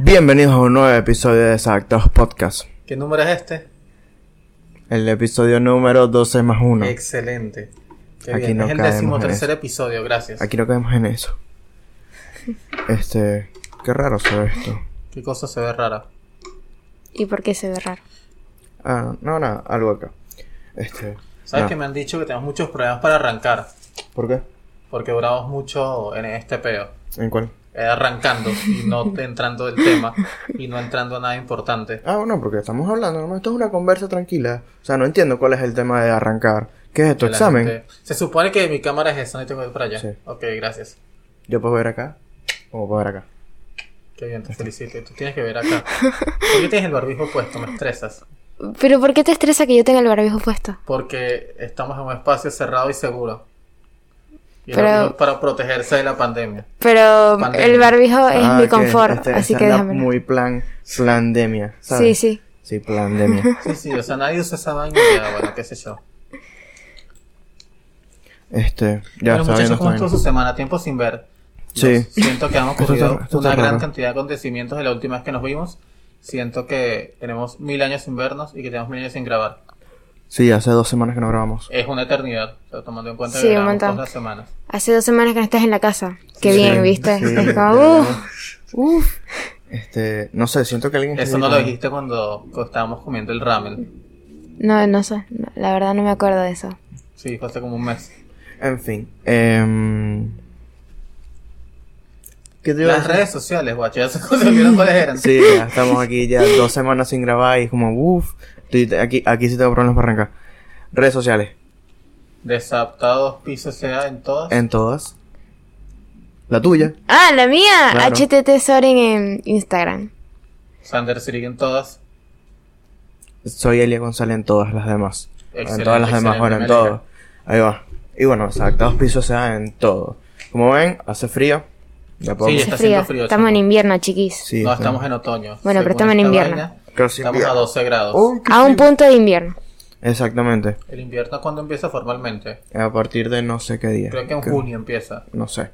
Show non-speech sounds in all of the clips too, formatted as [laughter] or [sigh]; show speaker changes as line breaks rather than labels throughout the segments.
Bienvenidos a un nuevo episodio de Desactados Podcast.
¿Qué número es este?
El episodio número 12 más 1.
Excelente. Qué
Aquí
bien.
no
es el
caemos en
decimotercer episodio, gracias.
Aquí no caemos en
[laughs]
eso. Este. Qué raro se ve esto.
Qué cosa se ve rara.
¿Y por qué se ve raro?
Ah, no, nada, algo acá. Este.
¿Sabes
no.
que me han dicho que tenemos muchos problemas para arrancar?
¿Por qué?
Porque duramos mucho en este peo.
¿En cuál?
eh, arrancando
[laughs]
y no entrando del tema y no entrando a nada importante.
Ah, bueno, porque estamos hablando, ¿no? Esto es una conversa tranquila. O sea, no entiendo cuál es el tema de arrancar. ¿Qué es esto?
La
¿Examen?
gente- Se supone que mi cámara es esa, no tengo que ir para allá.
Sí.
Ok, gracias.
¿Yo puedo ver acá? ¿O puedo ver acá?
Qué bien, te felicito. Y Tú tienes que ver acá. ¿Por qué tienes el barbijo puesto? Me estresas.
¿Pero por qué te estresa que yo tenga el barbijo puesto?
Porque estamos en un espacio cerrado y seguro. Y el
Pero-
barbijo para protegerse de la pandemia.
Pero
Pandemia.
el barbijo es
Ah,
mi
que
confort,
este-
así
esta
que
anda
déjame.
Muy plan, plandemia.
Sí,
¿sabes?
sí.
Sí,
[laughs]
plandemia.
Sí, sí, o sea, nadie usa esa vaina y ya, bueno, qué sé yo.
Este, ya está
bueno, muchachos,
bien, está
¿cómo
bien.
estuvo su semana? Tiempo sin ver.
Sí.
Los- siento que hemos
Esto está-
ocurrido
esto está
una gran
raro.
cantidad de acontecimientos de la última vez que nos vimos. Siento que tenemos mil años sin vernos y que tenemos mil años sin grabar.
Sí, hace dos semanas que no grabamos.
Es una eternidad, o sea, tomando en cuenta
Sí,
que
un
grabamos
montón.
todas las semanas.
Hace dos semanas que no estás en la casa. Qué
Sí,
bien, ¿viste?
sí,
es
ya
como,
veremos.
uff, uff.
Este, no sé, siento que alguien... está
Eso no lo
gritando.
dijiste cuando, cuando estábamos comiendo el ramen.
No, no sé. no, la verdad no me acuerdo de eso.
Sí, fue hace como un mes.
En fin. em, ¿Qué te iba a
Las
decir?
redes sociales, guacho, ya se olvidaron cuáles eran.
Sí, ya estamos aquí ya dos semanas sin grabar y es como, uff, aquí, aquí sí tengo problemas para arrancar. Redes sociales,
Desaptados pisos sea en todas.
en todas. La tuya.
Ah, la mía.
Claro.
HTT Soren en Instagram.
Sander Sirig en todas.
Soy Elia González en todas las demás. en
Excelente,
todas las demás,
excelente,
bueno, en
me alegra.
todo. Ahí va. Y bueno, exactados pisos sea en todo. Como ven, hace frío. Ya podemos-
Sí,
Hace
está haciendo frío,
Estamos en
chico.
invierno, chiquis.
Sí,
no,
está-
estamos en otoño.
Bueno, pero
Según
estamos en
esta
invierno.
vaina,
Casi
estamos a
invierno.
12 grados.
Uy, qué
A un
frío.
punto de invierno.
Exactamente.
¿El invierno cuándo empieza formalmente?
A partir de no sé qué día.
Creo que en junio empieza.
No sé.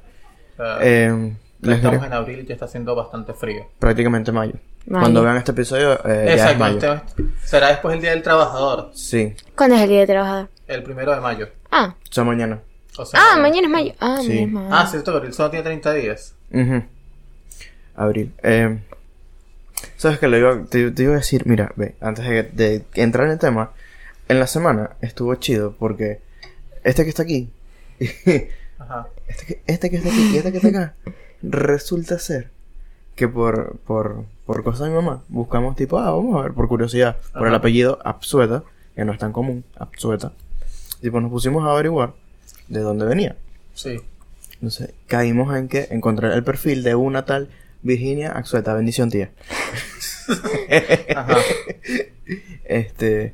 O sea,
Eh, les diré.
estamos en abril y ya está haciendo bastante frío.
Prácticamente mayo.
Mayo.
Cuando vean este episodio, eh, ya es mayo.
Exactamente. este Será después el Día del Trabajador,
Sí,
¿Cuándo es el día de trabajador?
el primero de mayo.
Ah,
o sea, mañana.
O sea,
ah, mañana es mayo. Ah,
Sí.
mañana es mayo.
Ah, cierto, abril solo tiene 30 días.
Ujú. Abril. Eh, ¿Sabes qué? Lo iba- te, te iba a decir, mira, ve, antes de, de entrar en el tema, en la semana estuvo chido porque este que está aquí, [laughs] este,
Ajá.
que, este que está aquí y este que está acá, resulta ser que por, por, por cosas de mi mamá buscamos tipo, ah, vamos a ver, por curiosidad, por el
Ajá.
apellido Absueta, que no es tan común, Absueta, tipo nos pusimos a averiguar de dónde venía.
Sí.
Entonces, caímos en que encontrar el perfil de una tal Virginia Axueta. Bendición, tía. [laughs]
Ajá.
Este.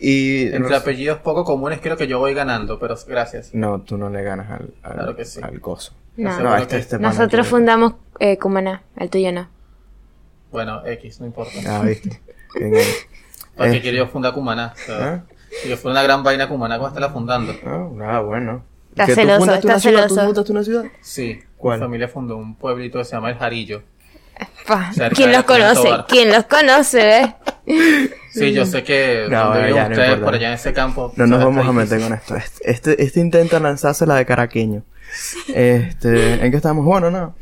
Y.
Entre apellidos poco comunes creo que yo voy ganando, pero gracias.
No, tú no le ganas al, al,
Claro que sí.
al coso.
No.
No, este, este pana
Nosotros
que-
fundamos eh, Cumaná, el tuyo no.
Bueno, X, no importa.
Ah, viste. Bien ahí.
¿Para qué
Eh.
quiero yo fundar Cumaná? O sea,
¿Ah?
Si yo fuera una gran vaina Cumaná, ¿cómo está la fundando?
Ah, ah, bueno.
Está
¿Que tú
celoso,
fundaste
está
una ciudad? ¿Tú
celoso.
fundaste una ciudad?
Sí.
¿Cuál?
Mi familia fundó un pueblito que se llama El Jarillo.
Pa,
Cerca
¿Quién
de
los
Punto
conoce?
Bar.
¿Quién los conoce? eh?
Sí, yo sé que
No,
donde
bueno,
viven
ya, no
ustedes,
importa.
por allá en ese campo.
No nos
¿sabes?
vamos a
Está
meter
difícil.
con esto. Este, este, este intenta lanzarse la de caraqueño. Este, ¿En qué estamos? Bueno, no.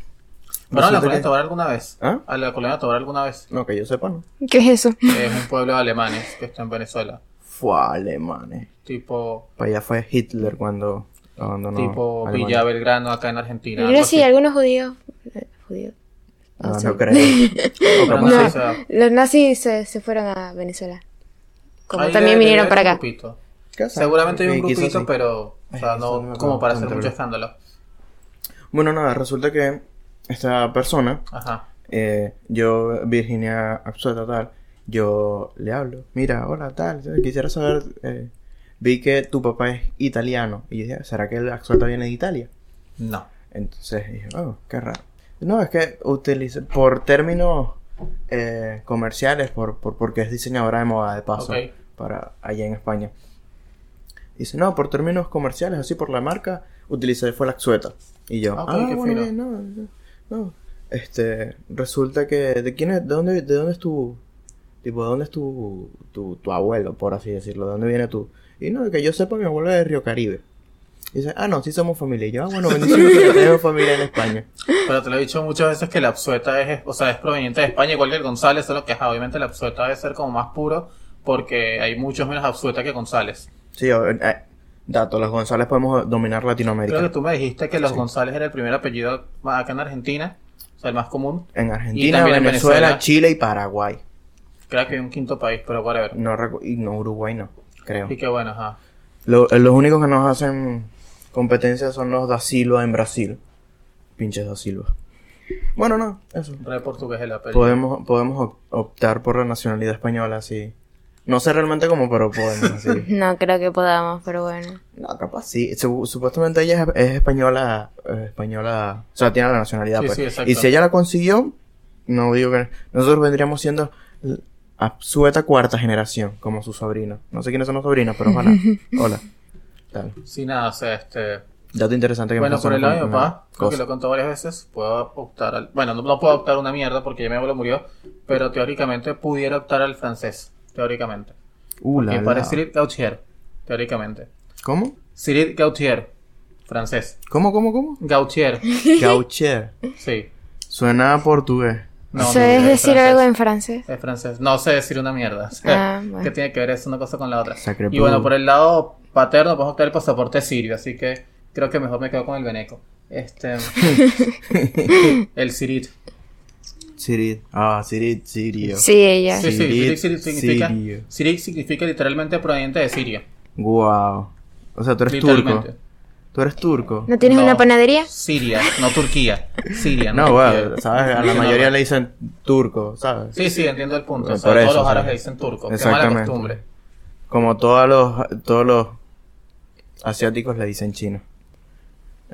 ¿Fueron a
Resulta
la colonia
que-
Tobar alguna vez?
¿Ah?
A la colonia Tobar alguna vez.
No, que yo sepa, ¿no?
¿Qué es eso?
Es un pueblo de alemanes que está en Venezuela.
Fue alemanes.
Tipo,
Para allá fue Hitler cuando abandonó.
tipo
Alemania.
Villa Belgrano acá en Argentina.
Yo
algo
creo que sí,
así.
algunos judíos. eh, judíos.
Ah,
no
no,
sé.
creo.
[laughs]
O
Pero
capaz
no,
sí.
o sea,
[laughs] Los nazis se, se fueron a Venezuela. Como
ahí
también
debe-
vinieron
debe
para
haber un
acá.
grupito.
¿Qué sabe?
Seguramente hay un
Eh, quizás
grupito,
sí.
pero o sea,
Ay, eso no me
no,
acuerdo
como para hacer
tanto,
mucho
pero-
escándalo.
Bueno, nada, resulta que esta persona,
Ajá.
eh, yo, Virginia Absueta, tal, yo le hablo. Mira, hola, tal, eh, quisiera saber. eh, vi que tu papá es italiano. Y yo dije, ¿será que el Absueta viene de Italia?
No.
Entonces dije, oh, qué raro. No, es que utilice, por términos eh, comerciales, por, por- porque es diseñadora de moda de paso,
Ok.
para allá en España. Dice, no, por términos comerciales, así por la marca, utilicé fue la Axueta. Y yo,
Ah, ok,
ah,
qué
bueno,
fino.
bien, no, no, no. Este, resulta que, ¿de quién es? ¿De dónde, de dónde es tu, tipo, de dónde es tu, tu, tu abuelo, por así decirlo? ¿De dónde viene tú? Y no, que yo sepa, mi abuelo es de Río Caribe. Y dice, ah, no, sí somos familia. Y yo, ah, bueno, bendiciones
[laughs]
que tenemos familia en España.
Pero te lo he dicho muchas veces que la absueta es, o sea, es proveniente de España, igual que el González, solo que ajá, obviamente la absueta debe ser como más puro, porque hay muchos menos absueta que González.
Sí, o- eh, dato, los González podemos dominar Latinoamérica.
Creo que tú me dijiste que los González era el primer apellido acá en Argentina, o sea, el más común.
En
Y
Argentina,
también
Venezuela,
en Venezuela.
Chile y Paraguay.
Creo que hay un quinto país, pero whatever.
No, recu- y no Uruguay no, creo.
Y que bueno, ajá.
Lo- los únicos que nos hacen competencia son los da Silva en Brasil. Pinches da Silva. Bueno, no, eso.
Re portugués el apellido.
Podemos, podemos op- optar por la nacionalidad española, sí. No sé realmente cómo, pero podemos, así.
No creo que podamos, pero bueno.
[laughs] No, capaz sí. Su- supuestamente ella es, es española, eh, española, o sea, tiene la nacionalidad,
Sí,
pues.
sí, exacto.
y si ella la consiguió, no digo que... Nosotros vendríamos siendo l- absueta cuarta generación, como su sobrino. No sé quiénes son los sobrinos, pero [laughs] ojalá. Hola. Dale.
Sí, nada, o sea, este...
Dato interesante que me
Bueno,
pasó
por el
con
lado de mi
una
papá, creo que
cosa.
lo contó varias veces, puedo optar al... Bueno, no, no puedo optar una mierda porque ya mi abuelo murió, pero teóricamente pudiera optar al francés, teóricamente.
Uh, la,
Que
la.
para Cyril Gautier, teóricamente.
¿Cómo?
Cyril Gautier, francés.
¿Cómo, cómo, cómo?
[laughs]
Gautier,
Gaucher.
sí.
Suena a portugués.
No,
¿Eso
mi
es
abuelo
decir
francés.
algo en francés?
Es francés. No sé decir una mierda. [laughs] O sea,
Ah, bueno.
¿Qué tiene que ver es una cosa con la otra?
Sacré
y bueno,
bleu.
por el lado paterno, puedo optar el pasaporte sirio, así que creo que mejor me quedo con el veneco.
[laughs]
Este. el sirit.
Sirid. Ah, Sirid, Sirio.
Sí, ella.
Sí, sí,
Sirit,
Sirit, Sirit significa,
Sirio.
Sirit significa literalmente proveniente de Siria.
Wow. O sea, tú eres turco.
Literalmente.
Tú eres turco.
¿No tienes
No.
una panadería?
Siria, no Turquía. Siria,
No,
no. Turquía.
bueno, sabes, a la
Sí, [laughs] no,
mayoría
no.
le dicen turco, ¿sabes?
Sí, sí, entiendo el punto. O sea,
Por
todos
eso,
los árabes
sí.
le dicen turco. Qué mala
Exactamente.
costumbre.
Como todos los, todos los asiáticos le dicen chino.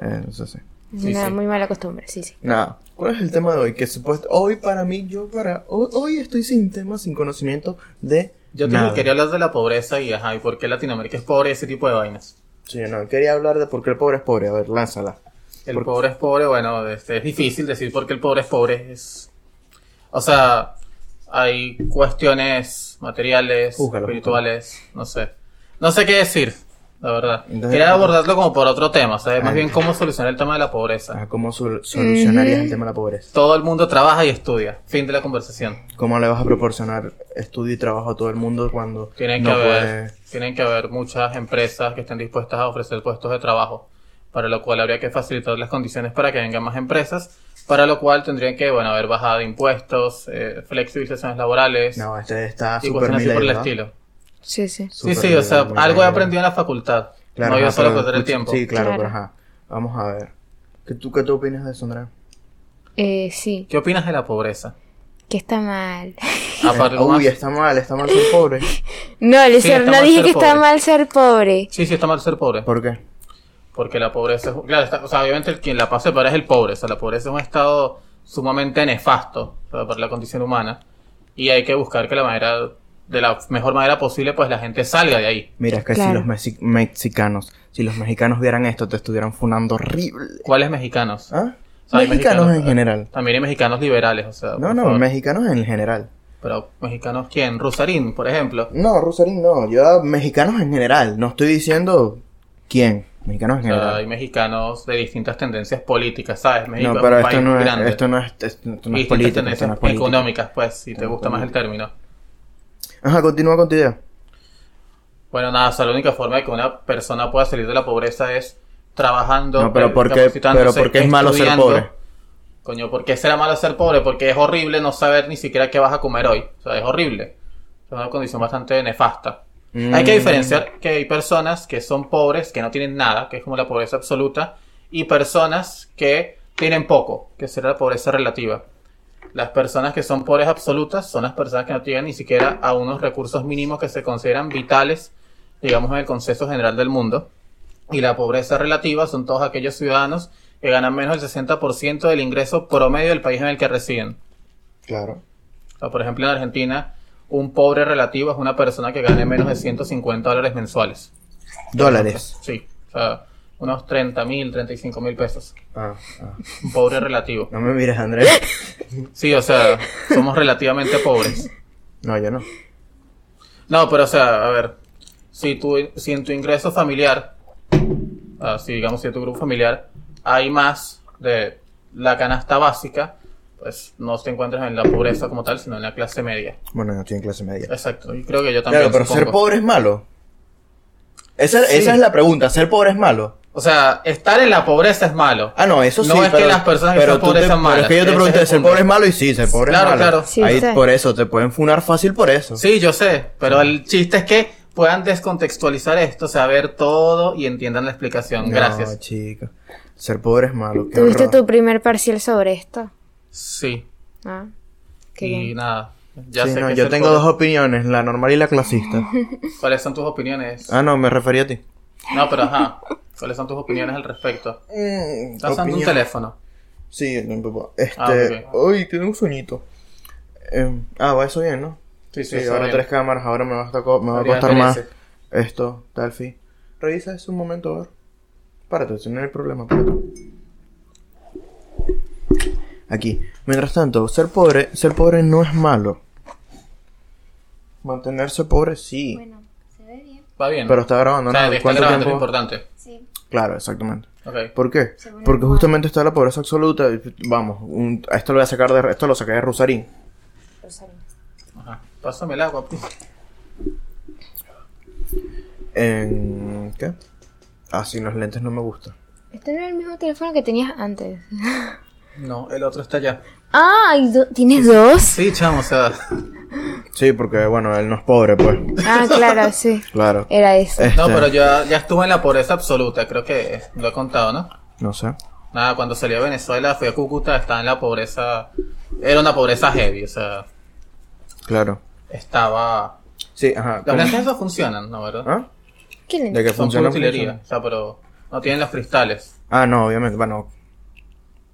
Eh, no sé si.
Sí,
una
sí.
muy mala costumbre, sí, sí.
Nada. ¿Cuál es el tema de hoy? Que supuesto, hoy para mí, yo para, hoy, hoy estoy sin tema, sin conocimiento de
Yo
nada.
también quería hablar de la pobreza y, ajá, y por qué Latinoamérica es pobre y ese tipo de vainas.
Sí, no, quería hablar de por qué el pobre es pobre. A ver, lánzala.
El
Por-
pobre es pobre, bueno, este, es difícil decir por qué el pobre es pobre. Es... O sea, hay cuestiones materiales,
Júzgalo,
espirituales, no sé. No sé qué decir, la verdad.
Entonces-
Quería abordarlo como por otro tema, o sea, más
Ah.
bien cómo solucionar el tema de la pobreza.
Ah, ¿Cómo sol- solucionarías el tema de la pobreza?
Todo el mundo trabaja y estudia. Fin de la conversación.
¿Cómo le vas a proporcionar estudio y trabajo a todo el mundo cuando
Tienen
no
que haber,
puede-
tienen que haber muchas empresas que estén dispuestas a ofrecer puestos de trabajo, para lo cual habría que facilitar las condiciones para que vengan más empresas, para lo cual tendrían que, bueno, haber bajada de impuestos, eh, flexibilizaciones laborales
No, este está
y
súper
cuestiones pues, así
millennial,
por el
¿no?
estilo.
Sí, sí.
Sí,
Súper
sí, o sea,
millennial,
algo he
millennial.
aprendido en la facultad.
Claro,
no yo
ajá,
solo
pero
perder el
escucha-
tiempo.
Sí, claro,
Claro.
pero ajá. Vamos a ver. ¿Qué tú, qué tú opinas de eso, Andrea?
Eh, sí,
¿Qué opinas de la pobreza?
que está mal. [laughs]
Aparte,
Eh, [laughs] uy,
Ah, más-
está mal, está mal ser pobre.
[laughs]
No,
Sí,
Lizar,
está
no
mal
dije
ser
que está
pobre.
mal ser pobre.
Sí, sí, está mal ser pobre.
¿Por qué?
Porque la pobreza es... Claro, está- o sea, obviamente el, quien la pasa peor es el pobre. O sea, la pobreza es un estado sumamente nefasto o sea, para la condición humana. Y hay que buscar que la manera, de la mejor manera posible, pues la gente salga de ahí.
Mira, es que si
Claro.
los mexi- mexicanos, si los mexicanos vieran esto, te estuvieran funando horrible.
¿Cuáles mexicanos?
¿Ah?
O sea, hay
mexicanos, en
eh,
general.
También hay mexicanos liberales, o sea.
No,
ah, por
no,
favor.
mexicanos en general.
Pero mexicanos, ¿quién? Rusarín, por ejemplo.
No, Rosarín, no. Yo, mexicanos en general. No estoy diciendo quién. Mexicanos en
O sea, hay
general.
mexicanos de distintas tendencias políticas, ¿sabes? México
no,
es
pero
un
esto
país
no, es,
grande.
esto no es, esto no es
Y distintas
política, esto
tendencias
no es política.
económicas, pues, si te
No es
gusta más el
política.
término.
Ajá, continúa con tu idea.
Bueno, nada, o sea, la única forma de que una persona pueda salir de la pobreza es trabajando,
No, pero ¿por qué-
capacitándose,
pero por qué es malo ser
estudiando.
pobre?
Coño, ¿por qué será malo ser pobre? Porque es horrible no saber ni siquiera qué vas a comer hoy. O sea, es horrible. Es una condición bastante nefasta.
Mm.
Hay que diferenciar que hay personas que son pobres, que no tienen nada, que es como la pobreza absoluta, y personas que tienen poco, que será la pobreza relativa. Las personas que son pobres absolutas son las personas que no tienen ni siquiera a unos recursos mínimos que se consideran vitales, digamos, en el concepto general del mundo. Y la pobreza relativa son todos aquellos ciudadanos que ganan menos del 60% del ingreso promedio del país en el que residen.
Claro.
O sea, por ejemplo, en Argentina, un pobre relativo es una persona que gane menos de 150 dólares mensuales.
Dólares.
Sí, o sea, unos 30 mil, 35 mil pesos.
Ah, ah.
Un
[laughs]
pobre relativo.
No me mires, Andrés. [laughs]
Sí, o sea, somos relativamente pobres.
No, yo no.
No, pero o sea, a ver, si, tu, si en tu ingreso familiar, ah, si digamos si en tu grupo familiar hay más de la canasta básica, pues no te encuentras en la pobreza como tal, sino en la clase media.
Bueno, no estoy en clase media.
Exacto, y creo que yo también.
Claro, pero ser
supongo.
pobre es malo. Esa,
Sí.
esa es la pregunta. ¿Ser pobre es malo?
O sea, estar en la pobreza es malo.
Ah, no, eso sí.
No es que
pero-
las personas que
pero
son
tú
pobres
te-
son
pero
malas,
Es que yo te
ese
pregunté,
es el
¿ser
punto.
pobre es malo? Y sí, ser pobre
Claro,
es malo.
claro.
Sí,
Ahí,
sí.
Por eso, te pueden funar fácil por eso.
Sí, yo sé, pero el chiste es que puedan descontextualizar esto, saber todo y entiendan la explicación.
No,
Gracias.
chico. Ser pobre es malo. qué
¿Tuviste
horror.
tu primer parcial sobre esto?
Sí,
Ah, qué
y
bien.
nada. Ya
Sí,
sé
no,
que
yo
ser
tengo
pobre-
dos opiniones, la normal y la clasista.
¿Cuáles son tus opiniones?
ah, no, me refería a ti.
No, pero ajá. ¿Cuáles son tus opiniones al respecto? Estás usando Mm, un
Opinión.
teléfono.
Sí, no, papá. Este,
Ah,
uy, tengo un sueñito. Eh, ah, va eso bien, ¿no? Sí,
está
ahora
bien.
tres cámaras, ahora me va a, co- me va a
Debería
costar
hacer
más
ese.
esto, tal fin. Revisa eso un momento, a ver. Párate, si no hay problema, pues. párate. Aquí. Mientras tanto, ser pobre, ser pobre no es malo. Mantenerse pobre sí.
Bueno, se ve bien.
Va bien.
Pero está grabando,
O sea,
¿no?
está
¿Cuánto
grabando, es lo
tiempo?
importante.
Sí.
Claro, exactamente.
Ok.
¿Por qué?
Según
Porque
el
justamente está la pobreza absoluta. y, Vamos, un- esto lo voy a sacar de esto lo saqué de Rusarín.
Ajá. Pásame el agua, pues. please.
En ¿qué? Ah, sí, los lentes no me gustan.
Este no era el mismo teléfono que tenías antes. [laughs]
No, el otro está allá.
¡Ah! ¿y do- ¿Tienes dos?
Sí, chamo, o sea.
Sí, porque bueno, él no es pobre, pues.
Ah, claro, sí.
Claro.
Era eso.
Eh,
Este,
No, pero ya, ya estuve en la pobreza absoluta, creo que eh, lo he contado, ¿no?
No sé.
Nada, cuando salí a Venezuela, fui a Cúcuta, estaba en la pobreza. Era una pobreza heavy, o sea,
Claro.
estaba.
Sí, ajá.
Las
¿cómo?
lentes esas funcionan, ¿no? ¿Verdad?
¿Ah?
¿Qué le-
¿De qué
Son pura
funciona?
utilería,
funciona.
o sea, pero no tienen los cristales.
Ah, no, obviamente, bueno,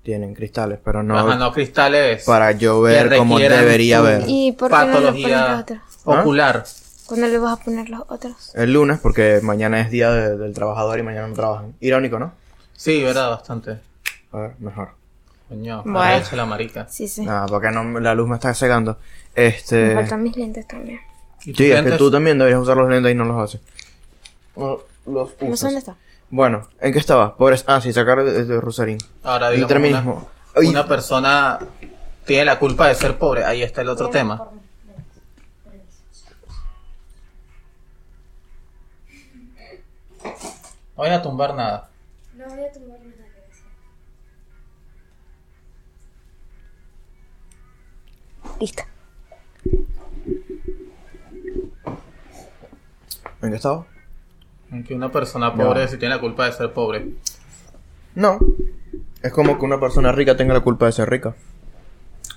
tienen cristales, pero no,
Ajá, no cristales.
para yo
que
ver como
requieran
debería
tu
ver. ¿Ah?
¿Y por qué no los ponen
patología
los otros?
ocular.
¿Cuándo le vas a poner los otros?
El lunes, porque mañana es día de- del trabajador y mañana no trabajan. Irónico, ¿no?
Sí, verdad, bastante.
A ver, mejor.
Coño,
Bueno.
arrecha la marica.
Sí, sí.
Ah, porque no, la luz me está cegando.
Me
eh.
Este.
faltan mis lentes también.
¿Y tus
Sí, es que
lentes?
tú también deberías usar los lentes y no los haces. No los
No
pues.
sé dónde está.
Bueno, ¿en qué estaba? Pobres. Ah, sí, sacar de, de Rosarín.
Ahora
El
digamos,
determinismo.
Una,
Ay.
una persona tiene la culpa de ser pobre. Ahí está el otro tema. No voy a tumbar nada.
No voy a tomar una gracia.
Listo.
¿En qué estaba?
Aunque una persona pobre
No.
si tiene la culpa de ser pobre.
No. Es como que una persona rica tenga la culpa de ser rica.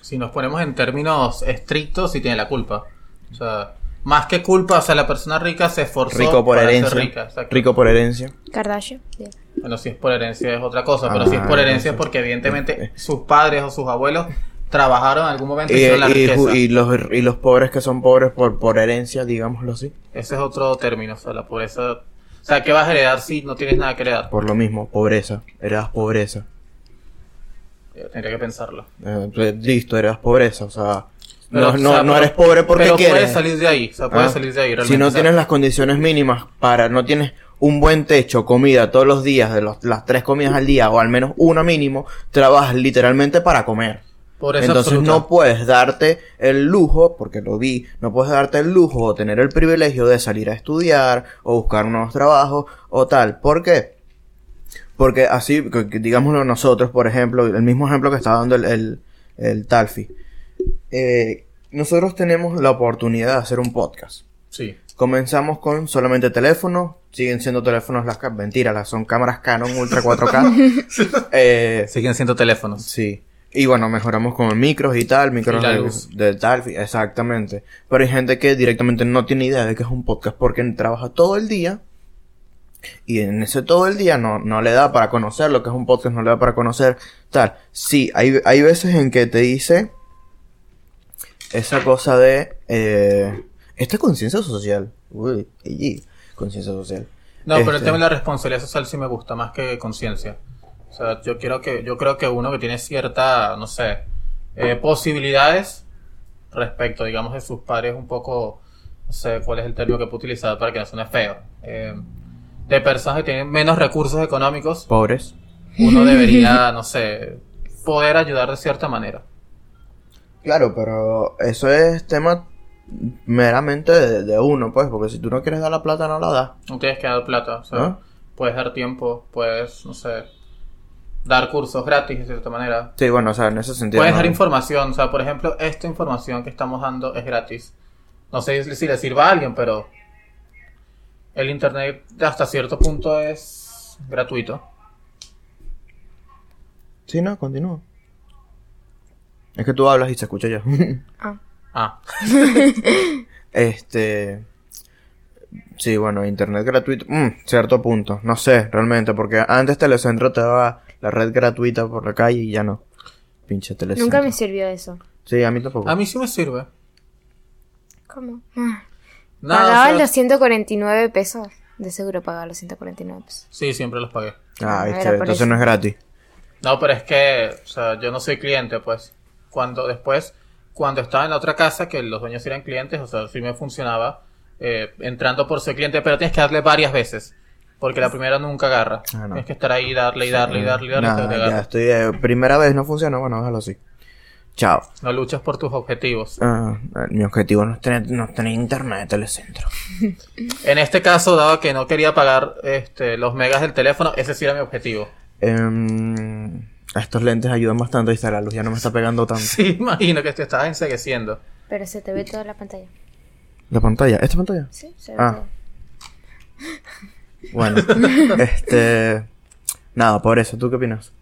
Si nos ponemos en términos estrictos, sí tiene la culpa. O sea, más que culpa, o sea, la persona rica se esforzó
Rico por
para ser
herencia.
rica, exacto.
rico por herencia.
Kardashian. bien.
Bueno, si es por herencia es otra cosa, pero
Ah, Eh.
si es por herencia
sí.
es porque evidentemente sus padres o sus abuelos trabajaron en algún momento y,
Eh, Y,
hicieron la
y-
riqueza.
y los, y los pobres que son pobres por, por herencia, digámoslo así.
Ese es otro término, o sea, la pobreza. O sea, ¿qué vas a heredar si no tienes nada que heredar?
Por lo mismo, pobreza. Heredas pobreza.
Eh, Tendría que pensarlo.
Eh, pues, listo, heredas pobreza. O sea,
Pero,
no,
o
no,
sea,
no
pero-
eres pobre porque
pero
quieres.
puedes salir de ahí, o sea, puedes
Ah,
salir de ahí realmente.
Si no
o sea,
tienes las condiciones mínimas para, no tienes un buen techo, comida todos los días, de los- las tres comidas al día, o al menos una mínimo, trabajas literalmente para comer.
pobreza
Entonces
absoluta.
no puedes darte el lujo, porque lo vi, no puedes darte el lujo o tener el privilegio de salir a estudiar o buscar nuevos trabajos o tal. ¿Por qué? Porque así, que- que digámoslo nosotros, por ejemplo, el mismo ejemplo que estaba dando el, el, el Talfi. Eh, nosotros tenemos la oportunidad de hacer un podcast.
Sí.
Comenzamos con solamente teléfonos. Siguen siendo teléfonos las... ca- Mentira, las son cámaras Canon Ultra 4K. eh,
Siguen siendo teléfonos.
sí. Y bueno, mejoramos con micros y tal, micros
Y la
de,
luz.
de tal, fi- exactamente. Pero hay gente que directamente no tiene idea de que es un podcast porque trabaja todo el día y en ese todo el día no, no le da para conocer lo que es un podcast, no le da para conocer tal. Sí, hay, hay veces en que te dice esa cosa de... Eh, esta conciencia social. Uy, ey, conciencia social.
No, pero el
Este.
tema de la responsabilidad social sí me gusta más que conciencia. O sea, yo quiero que, yo creo que uno que tiene cierta, no sé, eh, posibilidades respecto, digamos, de sus pares un poco, no sé cuál es el término que puedo utilizar para que no suene feo, eh, de personas que tienen menos recursos económicos,
Pobres.
uno debería, no sé, poder ayudar de cierta manera.
Claro, pero eso es tema meramente de, de uno, pues, porque si tú no quieres dar la plata, no la das.
No tienes que dar plata, o sea,
¿Ah?
puedes dar tiempo, puedes, no sé, dar cursos gratis de cierta manera,
Sí, bueno, o sea, en ese sentido.
Puedes
no-
dar información, o sea, por ejemplo, esta información que estamos dando es gratis. No sé si le sirva a alguien, pero el internet hasta cierto punto es gratuito.
Sí, no, continúa. Es que tú hablas y se escucha [laughs] ya.
Ah,
Ah,
este. Sí, bueno, internet gratuito. mm, cierto punto. No sé, realmente, porque antes Telecentro te daba la red gratuita por la calle y ya no. Pinche Telecentro.
nunca me sirvió eso.
Sí, a mí tampoco.
a mí sí me sirve.
¿Cómo? Ah.
Nada,
pagaba
o sea,
los 149 pesos. De seguro pagaba los 149 pesos.
Sí, siempre los pagué.
Ah,
Ah,
viste,
era por
entonces
eso.
no es gratis.
No, pero es que, o sea, yo no soy cliente, pues. Cuando después, cuando estaba en la otra casa, que los dueños eran clientes, o sea, sí me funcionaba eh, entrando por ser cliente, pero tienes que darle varias veces. Porque la primera nunca agarra.
Ah, no.
Tienes que estar ahí, darle y darle y darle y darle. hasta
Nah,
que te
ya
agarre.
estoy. eh, primera vez no funciona, bueno, déjalo así. Chao.
No luchas por tus objetivos.
Ah, mi objetivo no es tener, no es tener internet de Telecentro.
En este caso, dado que no quería pagar este, los megas del teléfono, ese sí era mi objetivo. [laughs]
Em, estos lentes ayudan bastante. Ahí está la luz, ya no me está pegando tanto.
Sí, imagino que te estabas ensegueciendo.
Pero se te ve toda la pantalla.
La pantalla, esta pantalla.
Sí, se ve
Ah.
todo.
Bueno, este. Nada, por eso, ¿tú qué opinas?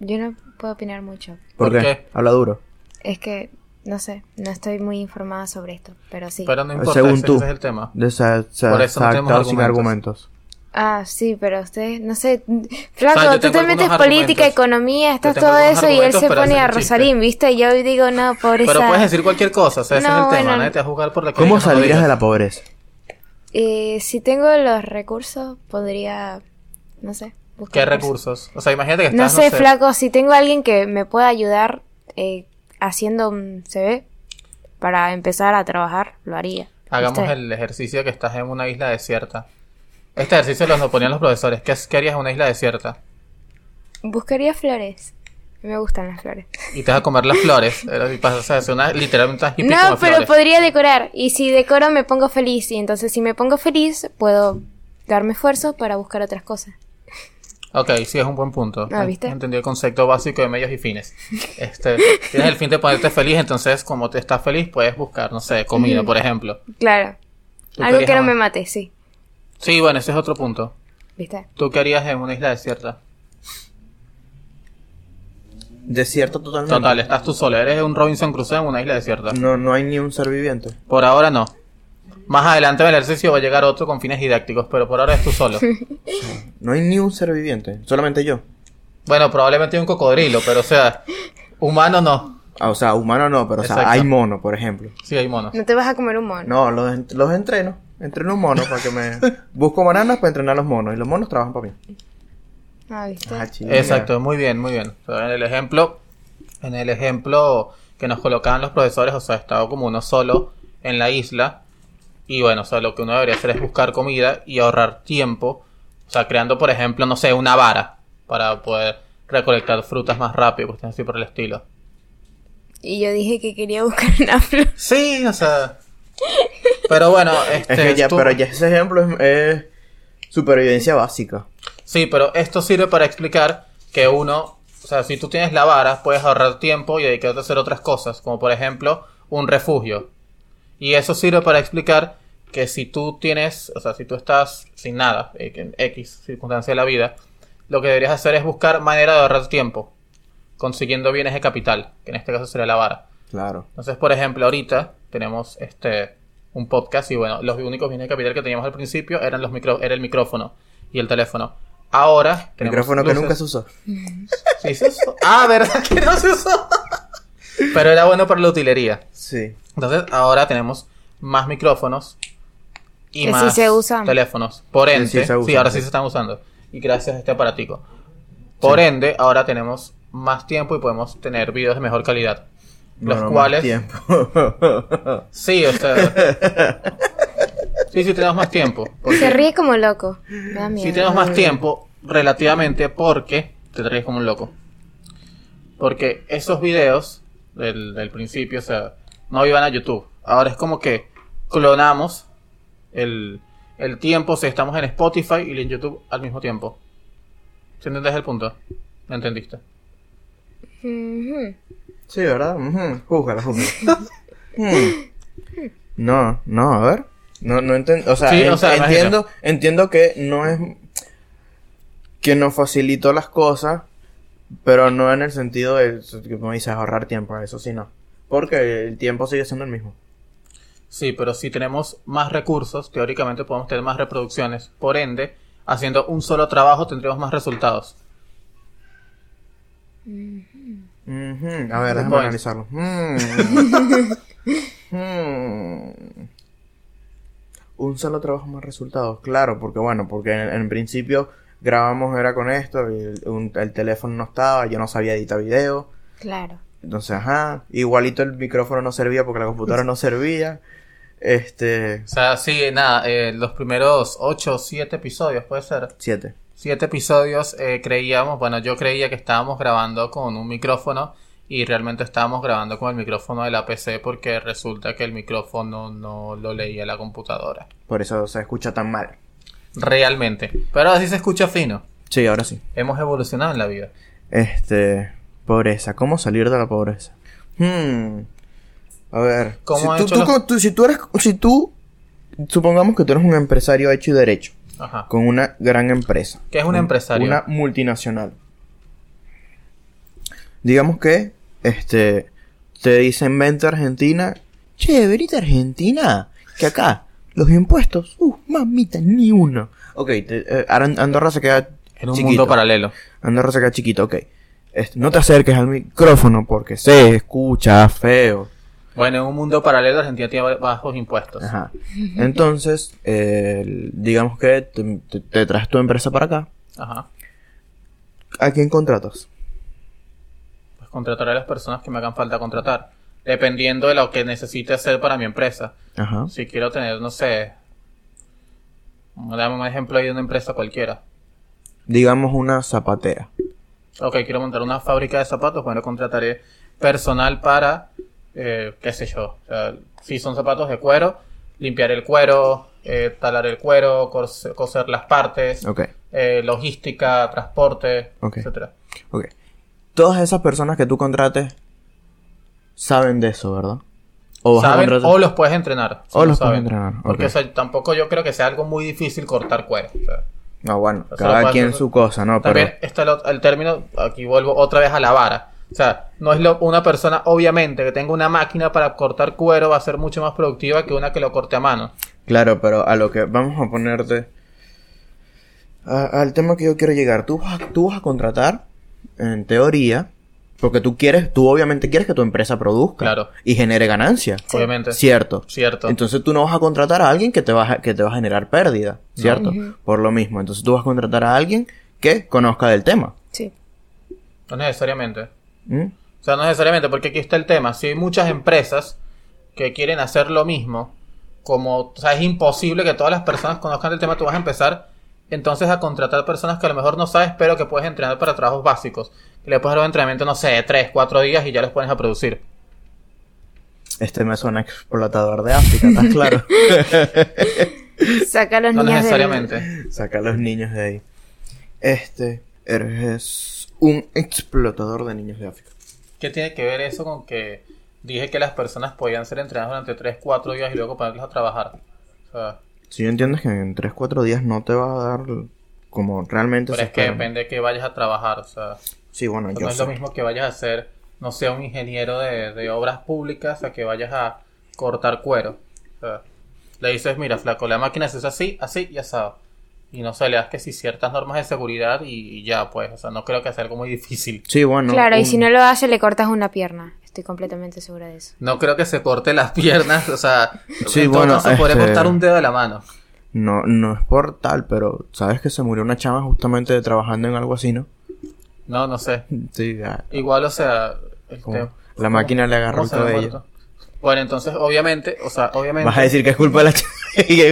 Yo no puedo opinar mucho.
¿Por,
¿Por
qué?
qué?
Habla duro.
Es que, no sé, no estoy muy informada sobre esto, pero sí.
Pero no importa,
Según
ese,
tú.
ese es el tema.
De- Se, ha- se ha-
Por eso
se ha
no tenemos
actuado sin argumentos.
Ah, sí, pero ustedes, no sé, Flaco,
O sea, yo
tú
tengo
te
algunos
metes política,
argumentos.
economía, esto
Yo
es
tengo
todo
algunos
eso y él
argumentos,
se
pero
pone
ese
a
es el chiste.
Rosarín, ¿viste? Y yo digo, no, pobreza.
Pero puedes decir cualquier cosa, o sea, ese
No,
es el tema.
bueno,
Nadie te va a juzgar por la que
¿Cómo
digas o no
saldrías
digas.
de la pobreza?
Eh, si tengo los recursos, podría, no sé, buscar
¿Qué recursos? O sea, imagínate que
Pues, No
estás,
sé, Flaco, si tengo alguien que me pueda ayudar eh, haciendo un CV para empezar a trabajar, lo haría.
Hagamos
¿Viste?
el ejercicio que estás en una isla desierta. Este ejercicio los ponían los profesores. ¿Qué, qué harías en una isla desierta?
Buscaría flores. Me gustan las flores.
Y te vas a comer las
[laughs]
flores. Era- Y pasas a hacer una, literalmente una hippie
No,
como
pero
flores.
podría decorar. Y si decoro me pongo feliz. Y entonces si me pongo feliz, puedo darme esfuerzo para buscar otras cosas.
Ok, sí, es un buen punto.
Ah, ¿viste?
Entendí el concepto básico de medios y
[laughs]
fines. Este, tienes el fin de ponerte feliz, entonces como te estás feliz puedes buscar, no sé, comida, por ejemplo.
Claro.
¿Tú
Algo que
querías
no me
más?
mate, sí.
Sí, bueno, ese es otro punto.
¿Viste?
¿Tú qué harías en una isla desierta?
Desierto totalmente.
Total, estás tú solo, eres un Robinson Crusoe en una isla desierta.
No, no hay ni un ser viviente.
Por ahora no. Más adelante en el ejercicio va a llegar otro con fines didácticos, pero por ahora es tú solo.
No hay ni un ser viviente. Solamente yo.
Bueno, probablemente hay un cocodrilo, pero o sea, humano no.
Ah, o sea, humano no, pero o sea,
Exacto.
hay mono, por ejemplo.
Sí, hay monos.
No te vas a comer un mono.
No, los, en- los entreno. Entreno un mono para que
[laughs]
me. Busco bananas para entrenar a los monos. Y los monos trabajan para mí.
Ah, ¿viste?
Ah, chinga.
Exacto, muy bien, muy bien. O sea, en el ejemplo, en el ejemplo que nos colocaban los profesores, o sea, estaba como uno solo en la isla y bueno, o sea, lo que uno debería hacer es buscar comida y ahorrar tiempo, o sea, creando, por ejemplo, no sé, una vara para poder recolectar frutas más rápido, cuestiones así por el estilo.
Y yo dije que quería buscar [laughs] una flor.
Sí, o sea, pero bueno,
[laughs]
este,
Es que ya,
tú-
pero ya ese ejemplo es, es supervivencia básica.
Sí, pero esto sirve para explicar que uno, o sea, si tú tienes la vara, puedes ahorrar tiempo y dedicarte a hacer otras cosas, como por ejemplo un refugio. Y eso sirve para explicar que si tú tienes, o sea, si tú estás sin nada, eh, en X circunstancia de la vida, lo que deberías hacer es buscar manera de ahorrar tiempo, consiguiendo bienes de capital, que en este caso sería la vara.
Claro.
Entonces, por ejemplo, ahorita tenemos este un podcast y bueno, los únicos bienes de capital que teníamos al principio eran los micro, era el micrófono y el teléfono. Ahora tenemos
Micrófono que
luces.
nunca se usó.
Sí, se usó. Ah, verdad que no se usó. [laughs] Pero era bueno para la utilería.
Sí.
Entonces, ahora tenemos más micrófonos, y
Que sí
más
se usan.
teléfonos. Por
Que
ende,
sí
sí,
se usan,
ahora
sí.
sí se están usando. Y gracias a este aparatico. Por ende, ahora tenemos más tiempo y podemos tener videos de mejor calidad. Los
Bueno, más
cuales... [laughs]
tiempo.
Sí, o sea... sí, sí, tenemos más tiempo. porque-
Se ríe como loco. Me da miedo.
Si tenemos más tiempo, relativamente, porque te traes como un loco. Porque esos videos del, del principio, o sea, no iban a YouTube. Ahora es como que clonamos el, el tiempo, si estamos en Spotify y en YouTube al mismo tiempo. ¿Se entendés el punto? ¿Me entendiste?
Ujú.
Sí, ¿verdad? Ujú, Uh, Júzgala,
[laughs]
júzgala. Mm. No, no, a ver. No, no entiendo. O sea,
Sí, o
en-
sea, imagino.
entiendo, entiendo que no es. que nos facilitó las cosas, pero no en el sentido de, como dices, ahorrar tiempo, eso sí no. Porque el tiempo sigue siendo el mismo.
Sí, pero si tenemos más recursos, teóricamente podemos tener más reproducciones. Por ende, haciendo un solo trabajo tendremos más resultados.
Ujú, A ver, déjame
point.
analizarlo. Mm. Mm. Un solo trabajo más resultados, claro, porque bueno, porque en, en principio grabamos era con esto, y el, un- el teléfono no estaba, yo no sabía editar video,
Claro.
entonces ajá, igualito el micrófono no servía porque la computadora no servía, este,
O sea, sí, nada, eh, los primeros 8 o 7 episodios, puede ser.
siete.
7 episodios eh, creíamos, bueno, yo creía que estábamos grabando con un micrófono y realmente estábamos grabando con el micrófono de la PC porque resulta que el micrófono no lo leía la computadora.
Por eso se escucha tan mal.
Realmente. Pero así se escucha fino.
Sí, ahora sí.
Hemos evolucionado en la vida.
Este, pobreza, ¿cómo salir de la pobreza? Hmm. A ver,
¿Cómo ha
si, tú,
hecho
tú
los-
co- tú- si tú eres, si tú, supongamos que tú eres un empresario hecho y derecho,
Ajá.
con una gran empresa.
¿Qué es un empresario?
Una multinacional. Digamos que, este, te dicen vente a Argentina, che, venite a Argentina, que acá, los impuestos, uh, mamita, ni uno. Ok, te- eh, Aran- Andorra se queda
En un
chiquito.
mundo paralelo.
Andorra se queda chiquito, ok. Este, no te acerques al micrófono porque se escucha feo.
Bueno, en un mundo paralelo Argentina tiene bajos impuestos.
Ajá. Entonces, eh, digamos que te, te- te traes tu empresa para acá.
Ajá.
¿A quién contratas?
Pues contrataré a las personas que me hagan falta contratar. Dependiendo de lo que necesite hacer para mi empresa.
Ajá.
Si quiero tener, no sé. Dame un ejemplo ahí de una empresa cualquiera.
Digamos una zapatera.
Ok, quiero montar una fábrica de zapatos. Bueno, contrataré personal para, eh, qué sé yo. O sea, si son zapatos de cuero, limpiar el cuero, eh, talar el cuero, cose- coser las partes,
Ok,
eh, logística, transporte,
Ok.
etcétera.
ok. Todas esas personas que tú contrates saben de eso, ¿verdad? O vas a
¿Saben?
contratar-
O los puedes entrenar.
O
no
los puedes
saben.
entrenar, ok.
Porque o sea, tampoco yo creo que sea algo muy difícil cortar cuero. o sea.
No, bueno,
O sea, lo
cada
puedes
quien
hacer-
su cosa, ¿no? Pero...
También está el, ot- el término, aquí vuelvo otra vez a la vara. O sea, no es lo- una persona, obviamente, que tenga una máquina para cortar cuero va a ser mucho más productiva que una que lo corte a mano.
Claro, pero a lo que vamos a ponerte. a- al tema que yo quiero llegar. Tú vas, a- tú vas a contratar, en teoría, porque tú quieres, tú obviamente quieres que tu empresa produzca
Claro.
y genere ganancia.
Obviamente.
Cierto.
Cierto.
Entonces tú no vas a contratar a alguien que te va a, que te va a generar pérdida, ¿cierto? Por lo mismo. Entonces tú vas a contratar a alguien que conozca del tema.
[coughs]
Sí.
No necesariamente. O
¿Mm?
sea, no necesariamente, porque aquí está el tema. Si hay muchas empresas que quieren hacer lo mismo, como, o sea, es imposible que todas las personas conozcan el tema, tú vas a empezar entonces a contratar personas que a lo mejor no sabes, pero que puedes entrenar para trabajos básicos. Le puedes dar un entrenamiento, no sé, de 3, 4 días y ya los pones a producir.
Este me suena explotador de África, ¿estás claro?
Saca a los
No
niños del-
necesariamente.
Saca a los niños de ahí. Este, eres un explotador de niños de África.
¿Qué tiene que ver eso con que dije que las personas podían ser entrenadas durante 3, 4 días y luego ponerlas a trabajar? O sea,
Si yo entiendes que en 3, 4 días no te va a dar como realmente
pero
se
es que
espera.
depende de que vayas a trabajar. O sea,
Sí, bueno,
no
yo
es lo
sé.
mismo que vayas a ser, no sé, un ingeniero de, de obras públicas a que vayas a cortar cuero. O sea, le dices, mira, flaco, la máquina se usa así, así y asado. Y no sé, le das que si ciertas normas de seguridad y, y ya, pues, o sea, no creo que sea algo muy difícil.
Sí, bueno.
Claro, y
un-
si no lo hace, le cortas una pierna. Estoy completamente segura de eso.
No creo que se corte las [laughs] piernas, o sea,
Sí,
en todo
bueno,
caso podría
este-
cortar un dedo de la mano.
No, no es por tal, pero sabes que se murió una chama justamente de trabajando en algo así, ¿no? [laughs]
No, no sé.
Sí, ah,
Igual, o sea, este,
como la máquina le agarró
¿cómo
el
se habrá
cabello.
muerto? Bueno, entonces, obviamente, o sea, obviamente.
Vas a decir que es culpa de [laughs] la chama.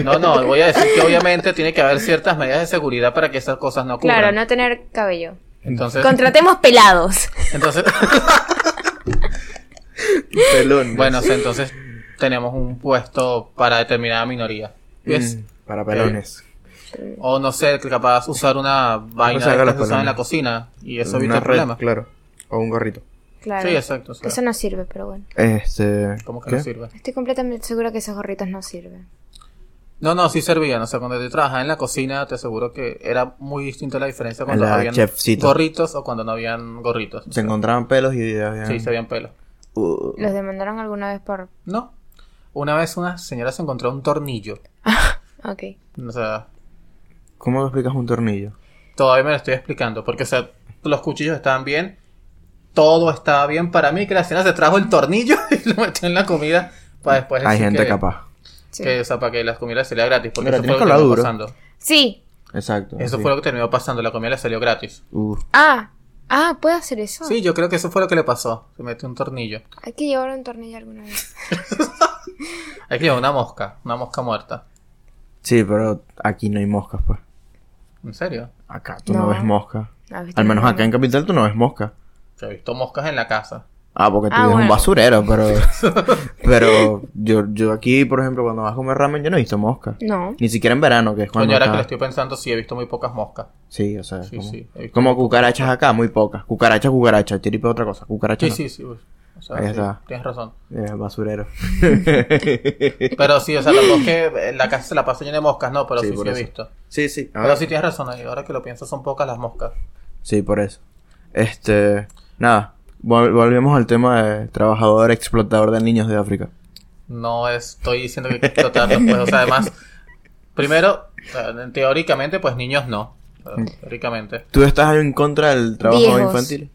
No, no, voy a decir que obviamente tiene que haber ciertas medidas de seguridad para que esas cosas no ocurran.
Claro, no tener cabello.
Entonces,
Contratemos pelados.
entonces, [laughs]
Pelón.
bueno, o sea, entonces tenemos un puesto para determinada minoría. ¿Ves?
Mm, para pelones.
eh,
Mm.
O no sé, capaz usar una vaina
saca
de
las
estas que usan
colonas.
en la cocina y eso
Una
evita el
red,
problema.
Claro. O un gorrito.
Claro.
Sí, exacto. o sea,
Eso no sirve, pero bueno.
Este.
¿Cómo que
¿qué?
no sirve?
Estoy completamente segura que esos gorritos no sirven.
No, no, sí servían. O sea, cuando te trabajaba en la cocina, te aseguro que era muy distinta la diferencia cuando
La
habían
chefcito.
gorritos o cuando no habían gorritos.
Se encontraban pelos y habían-
Sí, se habían pelo.
Uh,
¿Los demandaron alguna vez por...?
No. Una vez una señora se encontró un tornillo.
Ok.
O sea,
¿Cómo lo explicas un tornillo?
todavía me lo estoy explicando. Porque, o sea, los cuchillos estaban bien. Todo estaba bien para mí. Que la señora se trajo el tornillo [laughs] y lo metió en la comida. Para después
Hay
decir
gente
que,
capaz.
Sí.
que, o sea, para que las comidas salía gratis. Porque
Mira,
eso
tienes
fue lo que
que hablar
terminó
duro.
pasando.
Sí.
Exacto.
Eso
Oh, sí.
fue lo que terminó pasando. La comida le salió gratis.
Uf,
Ah. Ah, ¿puedo hacer eso?
Sí, yo creo que eso fue lo que le pasó. Se metió un tornillo.
Hay que llevar un tornillo alguna vez.
Hay que llevar una mosca, una mosca muerta.
Sí, pero aquí no hay moscas, pues.
¿En serio?
Acá tú no,
No.
ves mosca.
No, ¿viste?
Al menos acá en Capital tú no ves mosca.
Yo he visto moscas en la casa.
Ah, porque tú
Ah,
eres un
bueno.
basurero,
[laughs]
pero. pero yo, yo aquí, por ejemplo, cuando vas a comer ramen, yo no he visto mosca.
No.
Ni siquiera en verano, que es cuando.
Coño, ahora que
Ah, está-
lo estoy pensando, sí, he visto muy pocas moscas.
Sí, o sea,
Sí,
como,
sí, he visto
como cucarachas acá, muy pocas. Cucarachas, cucarachas, tiripa otra cosa.
Sí,
Cucarachas.
sí, sí. pues, O sea,
Ahí
sí,
está.
tienes razón.
no. Eh,
[laughs]
basurero. [laughs]
Pero sí, o sea, tampoco es que
[laughs]
en la casa se la pasa llena de moscas, no, pero
Sí,
sí, sí,
por
he
eso.
visto.
sí, sí. a
Pero
ver.
sí tienes razón, ahí, ahora que lo pienso, son pocas las moscas.
Sí, por eso. Este. Nada. vol- volvemos al tema de trabajador explotador de niños de África.
No estoy diciendo que hay que explotarlos, pues, o sea,
[laughs]
además, primero, eh, teóricamente, pues niños no. eh,
Mm.
Teóricamente.
¿Tú estás en contra del trabajo
Viejos.
infantil?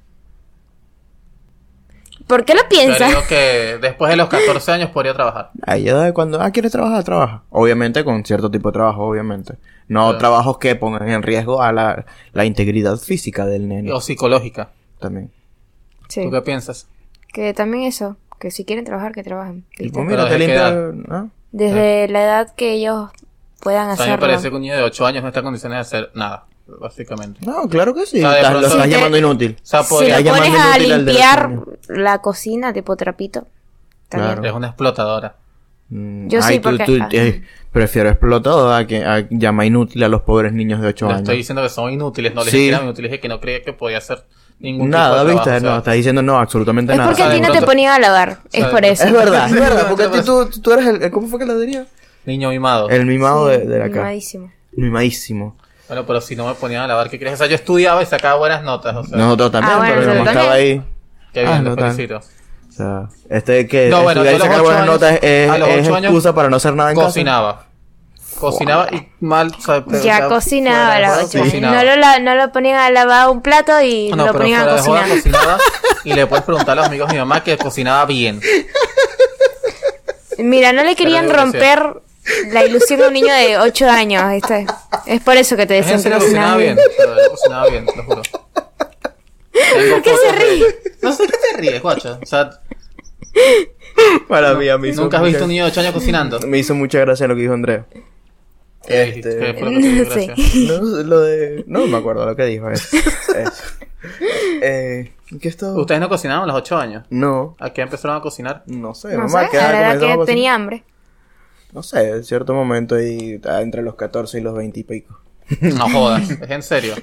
¿Por qué lo
Yo
piensas?
creo que después de los 14 años podría trabajar.
Ahí ya de cuando, ah, ¿quieres trabajar? Trabaja. Obviamente con cierto tipo de trabajo, obviamente. No
Claro.
trabajos que pongan en riesgo a la, la integridad física del nene.
O psicológica.
También.
Sí.
¿Tú qué piensas?
Que también eso. Que si quieren trabajar, que trabajen. ¿viste?
Tipo, pues mira,
Pero
te
¿de qué
limpia-
edad?
¿ah?
Desde la edad que ellos puedan
O sea, me
hacerlo.
parece que un niño de 8 años no está en condiciones de hacer nada, básicamente.
No, claro que sí.
O sea, de
Estás- lo
pronto-
estás
Sí, te-
llamando inútil.
O sea,
Si
Está
podría-
lo
llamando
pones a
inútil al de los
limpiar
niños.
la cocina, tipo trapito. También.
Claro.
es una explotadora.
Mm,
Yo sí,
tú-
porque-
tú-
ah.
eh, prefiero explotado a que a llama inútil a los pobres niños de 8
No
años.
estoy diciendo que son inútiles, no les
Sí.
dije que eran inútiles, dije que no creía que podía hacer ningún
Nada,
tipo de
viste,
trabajo,
no,
o sea,
estás diciendo no, absolutamente
Es
nada.
porque a
Sabe,
ti no te
entonces-
ponían a lavar. Es
sabe.
por eso.
Es verdad,
[laughs]
es verdad,
No,
porque
no,
tú,
no.
tú- tú eres el, ¿cómo fue que lo diría?
Niño mimado.
El mimado de, de la casa.
Mimadísimo.
Mimadísimo.
Bueno, pero si no me ponían a lavar, ¿qué crees? O sea, yo estudiaba y sacaba buenas notas, o sea,
Nosotros también,
Ah, bueno,
pero mi mamá
nosotros
estaba
también.
ahí.
qué bien,
Ah,
te
no, tal.
felicito.
O sea, este que
No, bueno,
estudiar y
yo a los
sacar
ocho
buenas
años-
notas es,
a los
es
ocho años
excusa para no hacer nada en casa.
Cocinaba. Cocinaba y mal, o sea,
Pues,
pero, o sea,
Ya cocinaba
fuera de
la
joda,
ocho
otra.
años.
cocinaba.
No lo, la- no lo ponían a lavar un plato y
No,
lo
pero
ponían
fuera de
a
joda,
cocinar.
cocinaba y le puedes preguntar a los amigos de mi mamá que cocinaba
[laughs]
bien.
Mira, no le querían
pues, digo que
romper la ilusión a un niño de 8 años. este. Es por eso que te
Es en
decían que
serio, cocinaba
cocinabas
bien.
bien.
pero Yo cocinaba bien, te lo juro. ¿Por
qué se ríe?
No sé qué te ríes, guacha. O sea,
[laughs] Para mí, a mí hizo
nunca has visto
mucha-
un niño de 8 años cocinando.
Me hizo mucha gracia lo que dijo Andrea.
Este...
Este-
[laughs] No sé.
No, lo de... No me acuerdo lo que dijo. es-
[laughs]
eso. Eh, ¿Qué es todo?
¿Ustedes no cocinaban a los 8 años?
No,
¿A qué empezaron a cocinar?
no sé.
No sé,
mamá, ¿qué edad
la verdad
comenzamos a
que
cocinar?
tenía hambre.
No sé, en cierto momento ahí ah, entre los 14 y los 20 y pico.
No jodas, es en serio.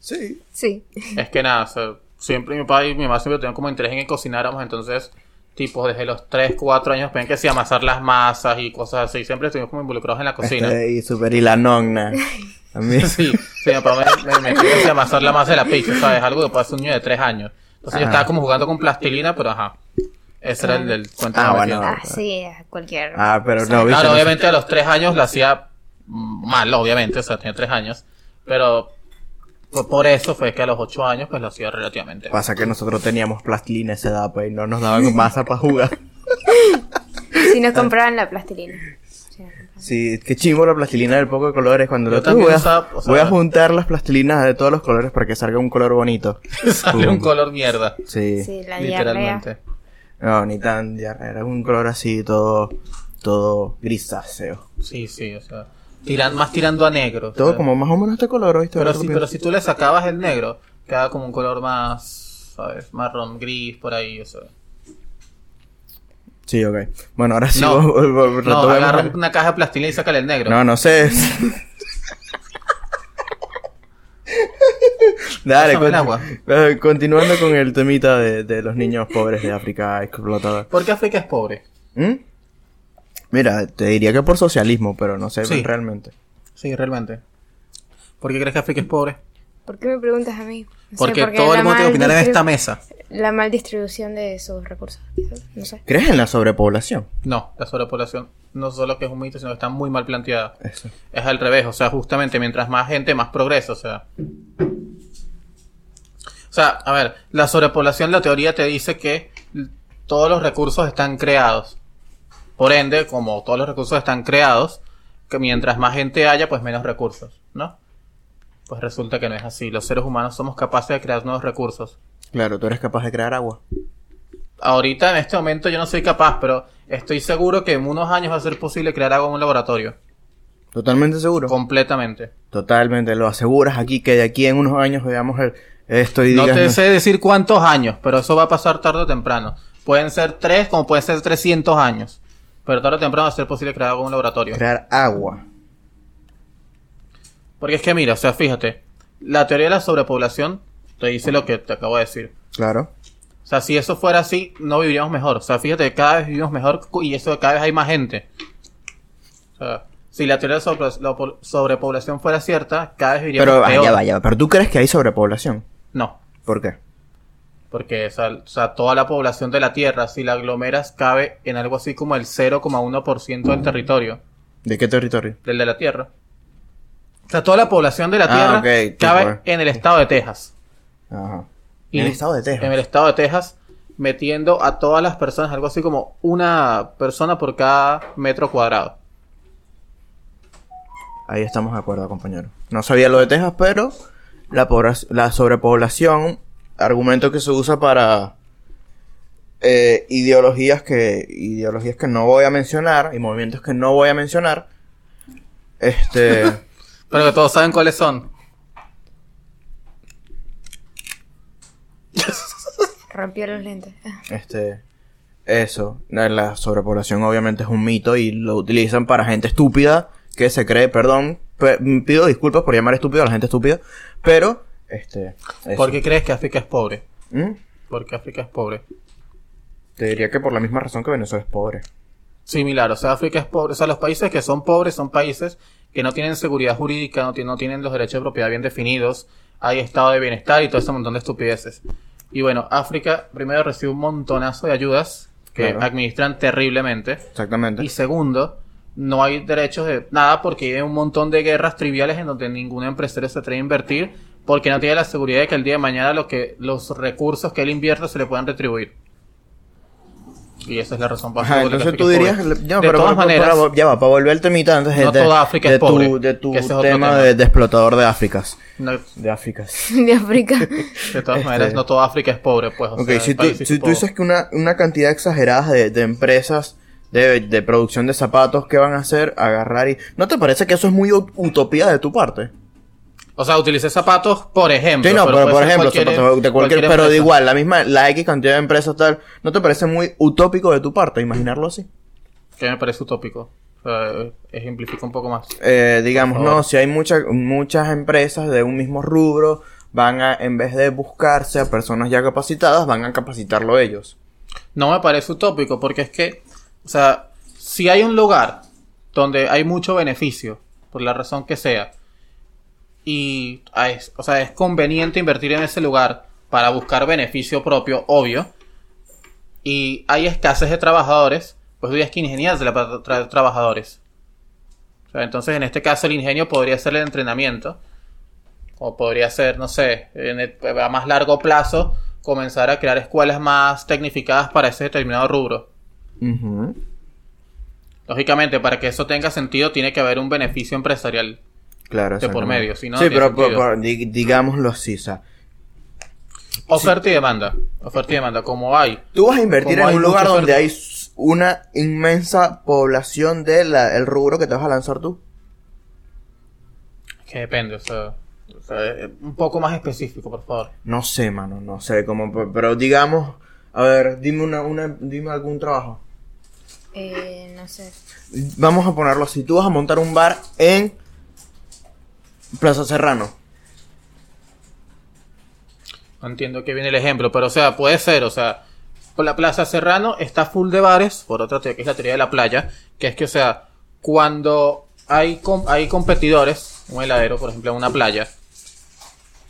Sí.
Sí.
Es que nada, o sea, siempre mi papá y mi mamá siempre tenían como interés en que cocináramos, entonces, tipo, desde los 3, 4 años, ven que sí, amasar las masas y cosas así, siempre estuvimos como involucrados en la cocina.
Este, y super y la [laughs] nonna. A mí-
[laughs] Sí, sí, mi papá me, me metió que amasar la masa de la pizza, ¿sabes? Algo que puede hacer un niño de tres años. Entonces yo
Ajá.
estaba como jugando con plastilina, pero ajá. Ese era el del cuento.
Ah,
que me
bueno.
metieron.
Ah,
Ah, sí, cualquier.
Ah, pero no, viste.
Claro,
no-
obviamente a los tres años la hacía mal, obviamente, o sea, tenía tres años. Pero Fue por eso fue que a los 8 años pues lo hacía relativamente. bien.
Pasa que nosotros teníamos plastilina esa edad, pues, y no nos daban masa para [laughs] jugar. [laughs]
Si nos compraban la plastilina. Sí, nos compraban.
Sí, qué chingo la plastilina del poco de colores. Cuando
Yo
lo
también
voy, a,
usaba, o sea-
voy a juntar las plastilinas de todos los colores para que salga un color bonito.
Sale un color mierda.
Sí.
Sí, la diarrea.
Literalmente.
No, ni tan ya, Era un color así todo, todo grisáceo.
Sí, sí, o sea. tiran- más tirando a negro. o
Todo
sea.
como más o menos este color, ¿oíste?
Pero
Otro
si,
pin-
pero si tú le sacabas el negro, quedaba como un color más, ¿sabes? Marrón, gris, por ahí, o sea.
Sí, ok. Bueno, ahora sí.
No.
vol- [laughs] vol- vol-
No,
retomemos
agarra
el-
una caja de plastilina y sácale el negro.
no, no
[laughs]
sé. Dale,
Pásame el
conti-
agua.
eh, continuando con el temita de, de los niños pobres de África explotada.
¿Por qué África es pobre?
¿Mm? Mira, te diría que por socialismo, pero no sé
Sí.
realmente.
Sí, realmente. ¿Por qué crees que África es pobre?
¿Por qué me preguntas a mí? No sé,
Porque todo
la
el mundo tiene que
mal
opinar en
distribu-
esta mesa.
La mal distribución de sus recursos, quizás, No sé.
¿Crees en la sobrepoblación?
No, la sobrepoblación no solo que es un mito, sino que está muy mal planteada.
Eso.
Es al revés, o sea, justamente mientras más gente, más progreso, o sea. O sea, a ver, la sobrepoblación, la teoría te dice que l- todos los recursos están creados. Por ende, como todos los recursos están creados, que mientras más gente haya, pues menos recursos, ¿no? Pues resulta que no es así. Los seres humanos somos capaces de crear nuevos recursos.
Claro, tú eres capaz de crear agua.
Ahorita, en este momento, yo no soy capaz, pero estoy seguro que en unos años va a ser posible crear algo en un laboratorio.
Totalmente seguro.
Completamente.
Totalmente, lo aseguras aquí que de aquí en unos años veamos el, esto y
No
digas,
te
no-
sé decir cuántos años, pero eso va a pasar tarde o temprano. Pueden ser tres, como pueden ser 300 años. Pero tarde o temprano va a ser posible crear algún laboratorio.
crear agua.
Porque es que mira, o sea, fíjate. La teoría de la sobrepoblación te dice lo que te acabo de decir.
Claro.
O sea, si eso fuera así, no viviríamos mejor. O sea, fíjate, que cada vez vivimos mejor y eso cada vez hay más gente. O sea, si la teoría de sobre- la po- sobrepoblación fuera cierta, cada vez viviríamos
Pero ah,
peor.
vaya, vaya, pero tú crees que hay sobrepoblación.
No,
¿Por qué?
porque o sea, o sea, toda la población de la Tierra, si la aglomeras, cabe en algo así como el 0,1% del territorio,
¿De qué territorio?
del de la Tierra. O sea, toda la población de la
Ah,
Tierra
ok,
cabe
tipo,
en el estado de Texas.
Ajá.
Y
en el estado de Texas.
En el estado de Texas, metiendo a todas las personas, algo así como una persona por cada metro cuadrado.
Ahí estamos de acuerdo, compañero. No sabía lo de Texas, pero la, pobra- la sobrepoblación, argumento que se usa para eh, ideologías que ideologías que no voy a mencionar y movimientos que no voy a mencionar. Este, [laughs]
Pero que todos saben cuáles son.
Rompió los lentes. [laughs]
este, eso. La, la sobrepoblación obviamente es un mito y lo utilizan para gente estúpida que se cree, perdón, pe- pido disculpas por llamar estúpido a la gente estúpida, pero este, eso.
¿Por qué crees que África es pobre?
¿Mm?
Porque África es pobre.
Te diría que por la misma razón que Venezuela es pobre.
Similar, o sea, África es pobre. O sea, los países que son pobres son países que no tienen seguridad jurídica, no, ti- no tienen los derechos de propiedad bien definidos, hay estado de bienestar y todo ese montón de estupideces. Y bueno, África primero recibe un montonazo de ayudas que
Claro.
administran terriblemente.
Exactamente.
Y segundo, no hay derechos de nada porque hay un montón de guerras triviales en donde ningún empresario se atreve a invertir porque no tiene la seguridad de que el día de mañana lo que, los recursos que él invierte se le puedan retribuir. Y esa es la razón por
Ajá,
la que
entonces
África
tú
es
dirías,
pobre.
no,
de
pero
todas
para- para-
maneras,
para- ya va, para volver al temita antes de,
No
de-
toda África
de
es
tu,
pobre,
de tu
que ese es otro
tema,
tema.
De, de explotador de África.
no-
De África.
De África.
de todas
Este-
maneras, no toda África es pobre, pues. o
Ok,
sea,
si
hay
tú,
países
si tú
pobres.
dices que una, una cantidad exagerada de, de empresas de, de producción de zapatos que van a hacer, agarrar y... ¿No te parece que eso es muy ut- utopía de tu parte?
O sea, utilicé zapatos, por ejemplo.
Sí, no, pero,
Mm, puede
por
ser
ejemplo, zapatos de cualquier, pero de
empresa.
igual, la misma, la X cantidad de empresas tal, ¿no te parece muy utópico de tu parte imaginarlo así?
Que me parece utópico. O sea, eh, ejemplifica un poco más.
eh, digamos,
Por favor.
no, si hay muchas muchas empresas de un mismo rubro, van a, en vez de buscarse a personas ya capacitadas, van a capacitarlo ellos.
No me parece utópico, porque es que, o sea, si hay un lugar donde hay mucho beneficio, por la razón que sea, y ah, es, o sea, es conveniente invertir en ese lugar para buscar beneficio propio, obvio, y hay escasez de trabajadores, pues tú dirías que ingeniarse para traer trabajadores. O sea, entonces, en este caso, el ingenio podría ser el entrenamiento. O podría ser, no sé, en el- a más largo plazo, comenzar a crear escuelas más tecnificadas para ese determinado rubro.
Ujú.
Lógicamente, para que eso tenga sentido, tiene que haber un beneficio empresarial.
Claro,
De por
exactamente.
medio, si no,
Sí,
no tiene
pero por-
sentido.
por- di- digámoslo así, o sea,
Oferta y demanda. Oferta y demanda, como hay.
tú vas a invertir
Como
en
hay
un lugar
mucha
donde
oferta.
hay s- una inmensa población del rubro que te vas a lanzar tú.
Que depende, o sea, o sea, eh, un poco más específico, por favor.
No sé, mano, no sé cómo, pe- pero digamos, a ver, dime una, una- dime algún trabajo.
Eh, no sé.
Vamos a ponerlo así, tú vas a montar un bar en Plaza Serrano.
No entiendo que viene el ejemplo, pero o sea, puede ser, o sea, por la Plaza Serrano está full de bares, por otra teoría, que es la teoría de la playa, que es que, o sea, cuando hay, com- hay competidores, un heladero, por ejemplo, en una playa,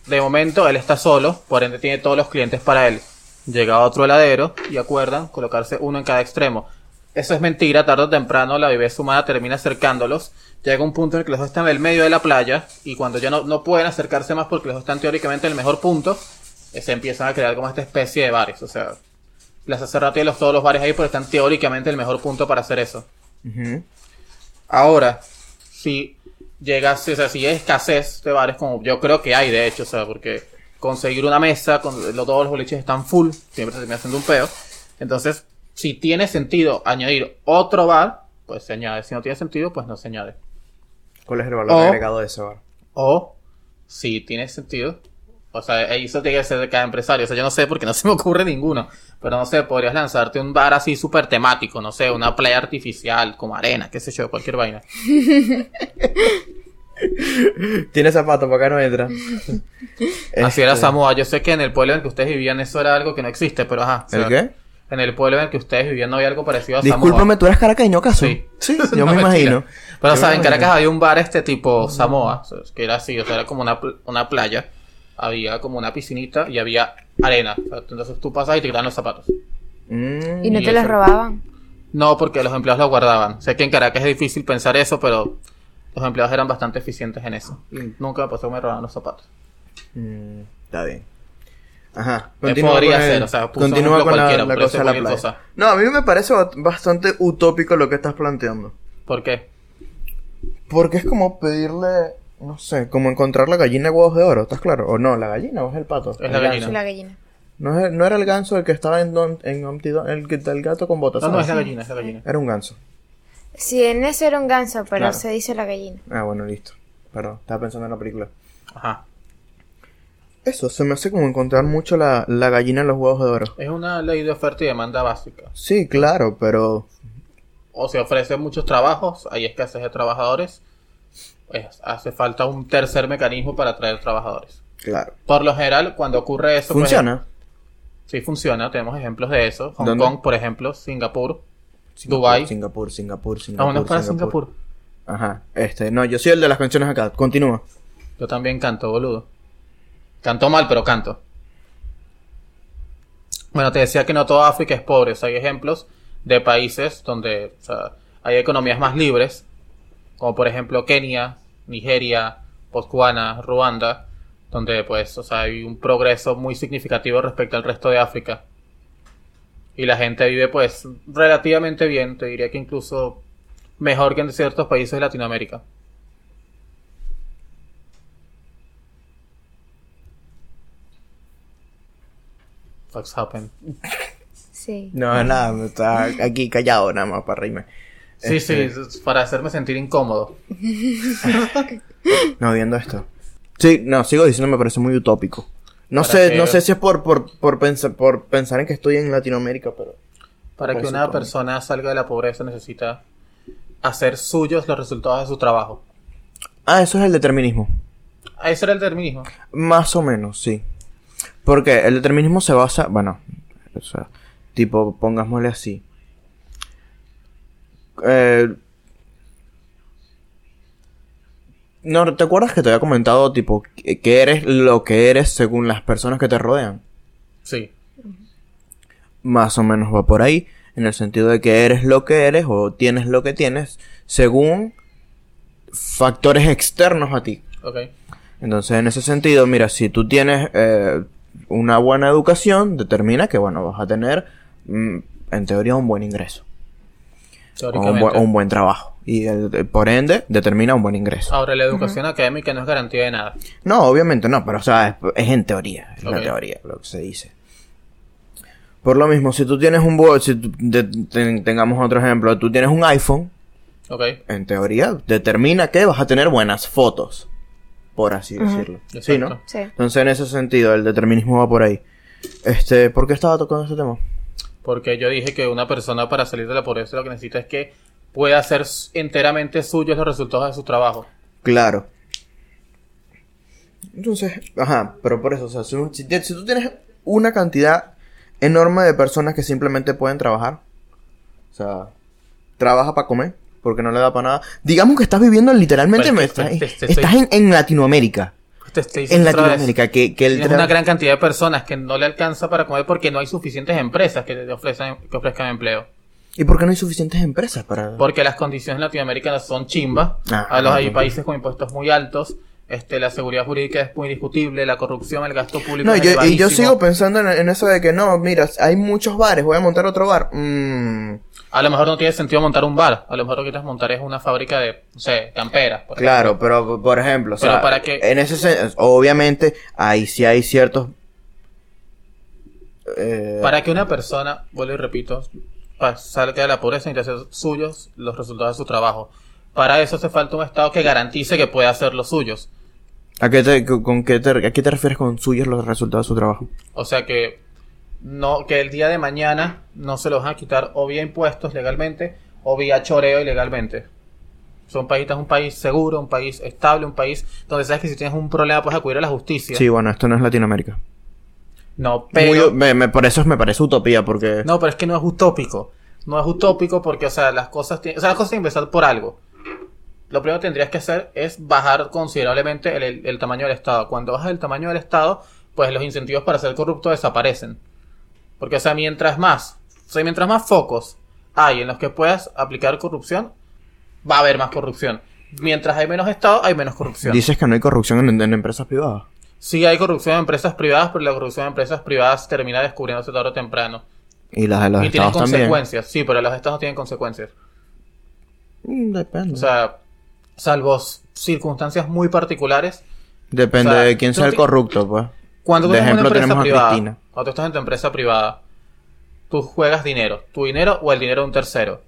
de momento él está solo, por ende tiene todos los clientes para él. Llega otro heladero y acuerdan colocarse uno en cada extremo. Eso es mentira, tarde o temprano la viveza humana termina acercándolos. Llega un punto en el que los dos están en el medio de la playa y cuando ya no, no pueden acercarse más porque los dos están teóricamente en el mejor punto, eh, se empiezan a crear como esta especie de bares. O sea, Plaza Cerrado tiene los, todos los bares ahí porque están teóricamente en el mejor punto para hacer eso.
Ujú.
Ahora, si llegas, o sea, si hay escasez de bares, como yo creo que hay, de hecho, o sea, porque conseguir una mesa, con, lo- todos los boliches están full, siempre se termina haciendo un peo. Entonces, si tiene sentido añadir otro bar, pues se añade. Si no tiene sentido, pues no se añade.
¿Cuál es el valor
O-
agregado de ese bar?
O, si tiene sentido, o sea, eh, eso tiene que ser de cada empresario. O sea, yo no sé porque no [laughs] se me ocurre ninguno. Pero no sé, podrías lanzarte un bar así súper temático, no sé, una playa artificial, como arena, qué sé yo, cualquier vaina.
Tiene zapatos, para acá no [laughs] entra.
Así era
Este,
Samoa. Yo sé que en el pueblo en el que ustedes vivían eso era algo que no existe, pero ajá. o
¿El
sea,
qué?
En el pueblo en el que ustedes vivían no había algo parecido a
Discúlpame,
Samoa.
¿tú eres caraqueño acaso?
Sí. [laughs]
yo
No,
me
mentira.
imagino.
Pero,
Yo
¿saben? En
me imagino.
Caracas había un bar este tipo Samoa, o sea, que era así, o sea, era como una, pl- una playa. Había como una piscinita y había arena. O sea, Entonces tú pasas y te quitan los zapatos.
Mm,
¿Y no
Y
te los
eso.
robaban?
No, porque los empleados los guardaban. Sé que en Caracas es difícil pensar eso, pero los empleados eran bastante eficientes en eso. Y nunca me pasó que me robaban los zapatos.
mm, está bien. Ajá.
Eh,
continúa
podría
con el-
ser, o sea, puso un
continúa
ejemplo
con la,
cualquiera,
la cosa
pero
de
eso
la
cualquier
playa.
cosa.
No, a mí me parece ba- bastante utópico lo que estás planteando.
¿Por qué?
Porque es como pedirle, no sé, como encontrar la gallina de huevos de oro, ¿estás claro? O no, la gallina o es el pato.
Es la
El
gallina.
ganso.
La gallina.
No, es- no era el ganso el que estaba en, Don- en Humpty Don- el, que- el gato con botas.
No, no,
¿sabes?
es la gallina, es la gallina.
Era un ganso.
Sí, en eso era un ganso, pero
Claro.
se dice la gallina.
Ah, bueno, listo. Perdón, estaba pensando en la película.
Ajá.
Eso, se me hace como encontrar mucho la, la gallina en los huevos de oro.
Es una ley de oferta y demanda básica.
Sí, claro, pero...
O se ofrecen muchos trabajos, hay escasez de trabajadores. pues, hace falta un tercer mecanismo para atraer trabajadores.
Claro.
Por lo general, cuando ocurre eso... pues,
¿Funciona?
sí, funciona. Tenemos ejemplos de eso. Hong
¿Dónde?
Kong, por ejemplo, Singapur. Dubái.
Singapur, Singapur, Singapur.
Vámonos Ah, para Singapur.
Ajá. Este, no, yo soy el de las canciones acá. Continúa.
Yo también canto, boludo. Canto mal, pero canto. Bueno, te decía que no toda África es pobre. O sea, hay ejemplos de países donde o sea, hay economías más libres, como por ejemplo Kenia, Nigeria, Botswana, Ruanda, donde pues o sea, hay un progreso muy significativo respecto al resto de África. Y la gente vive pues relativamente bien, te diría que incluso mejor que en ciertos países de Latinoamérica. Fucks happen.
Sí.
No, nada, está aquí callado nada más para reírme.
Sí, sí,
Este-
es para hacerme sentir incómodo.
No, viendo esto. Sí, no, sigo diciendo, me parece muy utópico. No
Para
sé,
que-
no sé si es por, por, por, pensar, por pensar en que estoy en Latinoamérica, pero...
Para
Por
que una
supuesto.
persona salga de la pobreza necesita hacer suyos los resultados de su trabajo.
Ah, eso es el determinismo.
Ah, Ese era el determinismo.
Más o menos, sí. Porque el determinismo se basa, bueno, o sea, tipo, pongámosle así. Eh, no, ¿te acuerdas que te había comentado, tipo, que que eres lo que eres según las personas que te rodean?
Sí.
Más o menos va por ahí, en el sentido de que eres lo que eres o tienes lo que tienes según factores externos a ti.
Ok.
Entonces, en ese sentido, mira, si tú tienes eh, una buena educación, determina que, bueno, vas a tener, mm, en teoría, un buen ingreso. o un,
teóricamente.
bu- un buen trabajo. Y, eh, por ende, determina un buen ingreso.
Ahora, la educación académica no es garantía de nada.
No, obviamente no, pero o sea, es, es en teoría, es la
Ok.
teoría lo que se dice. Por lo mismo, si tú tienes un bo- si tú- de- ten- tengamos otro ejemplo, tú tienes un iPhone,
Ok.
en teoría determina que vas a tener buenas fotos, por así
Ujú.
decirlo. Sí,
Exacto.
¿no?
Sí.
Entonces, en ese sentido, el determinismo va por ahí. Este, ¿por qué estaba tocando este tema?
Porque yo dije que una persona para salir de la pobreza lo que necesita es que pueda hacer s- enteramente suyos los resultados de su trabajo.
Claro. Entonces, ajá, pero por eso, o sea, si, un- si te- si tú tienes una cantidad enorme de personas que simplemente pueden trabajar, o sea, trabaja para comer, porque no le da para nada. Digamos que estás viviendo literalmente,
Pero
me-
es que-
estás,
es que- es que
estás en, en Latinoamérica,
Te estoy
en
diciendo otra vez,
Latinoamérica, que, que el
tienes
tra-
una gran cantidad de personas que no le alcanza para comer porque no hay suficientes empresas que te ofrezcan, que ofrezcan empleo.
¿Y por qué no hay suficientes empresas para...?
Porque las condiciones latinoamericanas son chimbas.
Ah,
a los hay
ok.
países con impuestos muy altos. Este, la seguridad jurídica es muy discutible. La corrupción, el gasto público.
No,
es
yo, y yo
elevadísimo.
sigo pensando en, en eso de que no, mira, hay muchos bares, voy a montar otro bar. Mm,
A lo mejor no tiene sentido montar un bar. A lo mejor lo que quieres montar es una fábrica de, no sé, camperas. por
Claro, pero por ejemplo, o
Pero
sea,
para que-
en ese sen- obviamente ahí sí hay ciertos eh,
Para que una persona, vuelvo y repito, pa- salga de la pobreza y hacer suyos los resultados de su trabajo. Para eso hace falta un Estado que garantice que pueda hacer los suyos.
¿a qué te, con qué te, a qué te refieres con suyos los resultados de su trabajo?
O sea que no que el día de mañana no se los van a quitar o vía impuestos legalmente o vía choreo ilegalmente. Son país es un país seguro, un país estable, un país donde sabes que si tienes un problema puedes acudir a la justicia.
Sí, bueno, esto no es Latinoamérica.
No, pero
Muy- me- me- por eso me parece utopía porque
No, pero es que no es utópico. No es utópico porque, o sea, las cosas tienen... O sea, las cosas tienen que empezar por algo. Lo primero que tendrías que hacer es bajar considerablemente el, el- el tamaño del Estado. Cuando bajas el tamaño del Estado, pues los incentivos para ser corrupto desaparecen. Porque, o sea, mientras más... O sea, mientras más focos hay en los que puedas aplicar corrupción, va a haber más corrupción. Mientras hay menos Estado, hay menos corrupción.
dices que no hay corrupción en, en empresas privadas.
Sí hay corrupción en empresas privadas, pero la corrupción en empresas privadas termina descubriéndose tarde o temprano.
Y las de los
Y tiene
estados también.
consecuencias, sí, pero los estados tienen consecuencias.
Mm, Depende.
O sea, salvo s- circunstancias muy particulares,
Depende
o sea,
de quién
tú
sea el
ti-
corrupto, pues.
cuando tú
De
estás en una
ejemplo,
empresa
tenemos a
privada,
Cristina.
cuando tú estás en tu empresa privada, tú juegas dinero, tu dinero o el dinero de un tercero.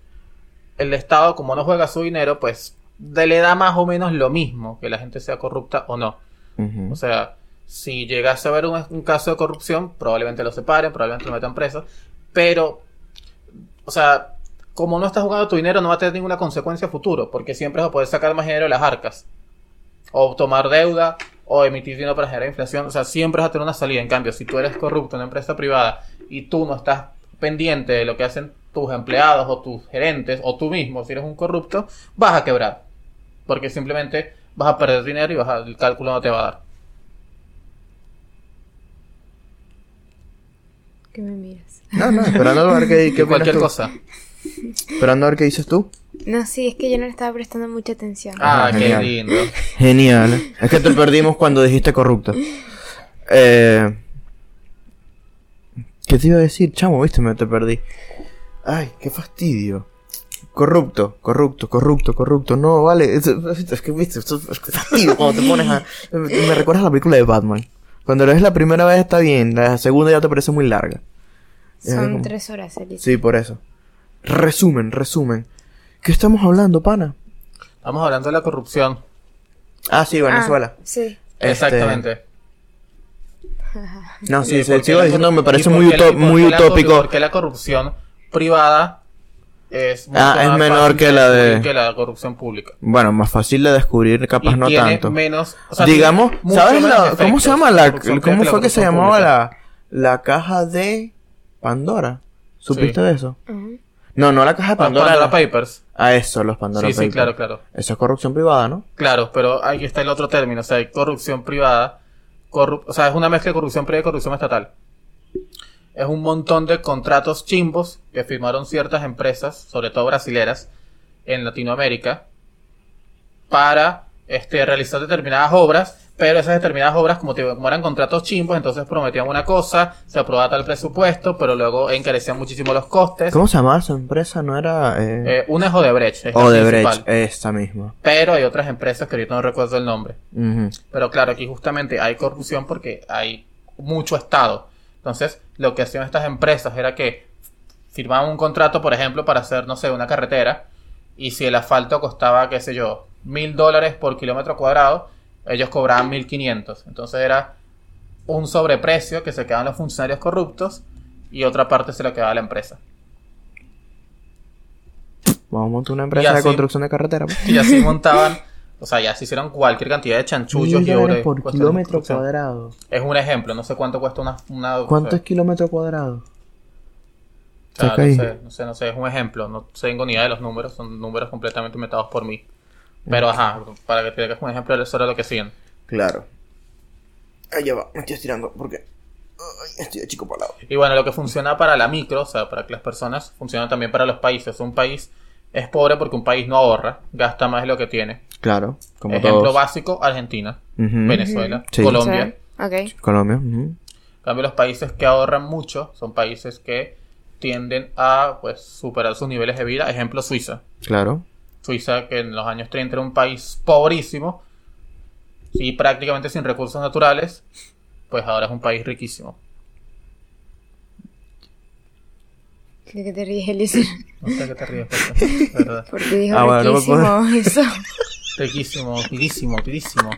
El Estado, como no juega su dinero, pues de- le da más o menos lo mismo que la gente sea corrupta o no.
Ujú.
O sea, si llegase a haber un, un caso de corrupción, probablemente lo separen, probablemente lo metan preso. Pero, o sea, como no estás jugando tu dinero, no va a tener ninguna consecuencia a futuro, porque siempre vas a poder sacar más dinero de las arcas. O tomar deuda, o emitir dinero para generar inflación. O sea, siempre vas a tener una salida. En cambio, si tú eres corrupto en una empresa privada y tú no estás pendiente de lo que hacen tus empleados o tus gerentes o tú mismo, si eres un corrupto, vas a quebrar. Porque simplemente vas a perder dinero y vas a- el cálculo no te va a dar.
Que me miras.
No, no, esperando a ver qué,
[laughs]
qué
que
opinas
cualquier
tú.
cosa.
Esperando a ver qué dices tú.
No, sí, es que yo no le estaba prestando mucha atención.
Ah,
Ajá,
qué
genial.
lindo.
Genial. Es que te perdimos cuando dijiste corrupto. Eh, ¿Qué te iba a decir, chamo? Viste, me te perdí. Ay, qué fastidio. Corrupto, corrupto, corrupto, corrupto. No, vale. Es, es que, viste, esto es que fastidio cuando te pones a... Me recuerdas a la película de Batman. Cuando lo ves la primera vez está bien, la segunda ya te parece muy larga.
Son
como-
tres horas, Elisa.
Sí, por eso. Resumen, resumen. ¿Qué estamos hablando, pana?
Estamos hablando de la corrupción.
Ah, sí, Venezuela.
Ah, sí.
Este-
Exactamente.
No, sí,
¿Y
sí,
por qué
sigo
la
diciendo,
corru-
me parece
y por
muy,
qué la-
uto-
y por
muy
qué la corru-
utópico.
Porque la corrupción privada es, mucho
Ah, es
más
menor
fácil
que la de-
descubrir que la corrupción pública.
Bueno, más fácil de descubrir, capaz
y
no
tiene
tanto.
menos. o sea,
Digamos,
tiene mucho
¿sabes
menos
la- cómo
efectos
se llama la,
corrupción
cómo
la
fue que se
corrupción
llamaba
pública.
la, la caja de Pandora? ¿Supiste
Sí.
de eso?
Ujú.
No, no la caja de
Ah,
Pandora.
Pandora
la-
Papers.
Ah, eso, los Pandora
Sí, sí,
Papers.
claro, claro.
Eso es corrupción privada, ¿no?
Claro, pero ahí está el otro término. O sea, hay corrupción privada. corru- o sea, es una mezcla de corrupción privada y corrupción estatal. Es un montón de contratos chimbos que firmaron ciertas empresas, sobre todo brasileras, en Latinoamérica, para este, realizar determinadas obras, Pero esas determinadas obras, como, te digo, como eran contratos chimbos, entonces prometían una cosa, se aprobaba tal presupuesto, pero luego encarecían muchísimo los costes.
¿Cómo se llamaba su empresa? ¿No era...? Eh...
Eh, una es Odebrecht, es la
Odebrecht,
principal.
esta misma.
Pero hay otras empresas que ahorita no recuerdo el nombre.
Ujú.
Pero claro, aquí justamente hay corrupción porque hay mucho Estado. Entonces, lo que hacían estas empresas era que firmaban un contrato, por ejemplo, para hacer, no sé, una carretera. Y si el asfalto costaba, qué sé yo, mil dólares por kilómetro cuadrado, ellos cobraban mil quinientos. Entonces era un sobreprecio que se quedaban los funcionarios corruptos y otra parte se la quedaba la empresa.
Vamos a montar una empresa de
así-
construcción de carretera. pues. [laughs]
Y así montaban, o sea, ya se hicieron cualquier cantidad de chanchullos
Mil
y
dólares
obras.
por
cuestiones de
kilómetro
construcción.
cuadrado.
Es un ejemplo, no sé cuánto cuesta una... una
¿Cuánto es kilómetro cuadrado?
O sea,
Saca ahí.
no sé, no sé, no sé, es un ejemplo, no tengo ni idea de los números, son números completamente inventados por mí. Pero ajá, para que te hagas un ejemplo de eso era lo que siguen.
Claro. Allá va, me estoy estirando porque ay, estoy de chico palado.
Y bueno, lo que funciona para la micro, o sea, para que las personas, funciona también para los países. Un país es pobre porque un país no ahorra, gasta más de lo que tiene.
Claro, como
ejemplo
todos.
básico, Argentina,
Ujú.
Venezuela,
Sí.
Colombia.
Sí, Ok.
Colombia. ujú.
En cambio, los países que ahorran mucho son países que tienden a pues superar sus niveles de vida. Ejemplo, Suiza.
Claro.
Suiza, que en los años 30 era un país pobrísimo y prácticamente sin recursos naturales, pues ahora es un país riquísimo.
¿De qué te
[laughs]
ríes, Eliezer?
No sé qué te ríes, Pepe, de ¿verdad?
Porque dijo
Ah, bueno, no me
riquísimo
puedo-
[laughs] eso.
Riquísimo, riquísimo, riquísimo.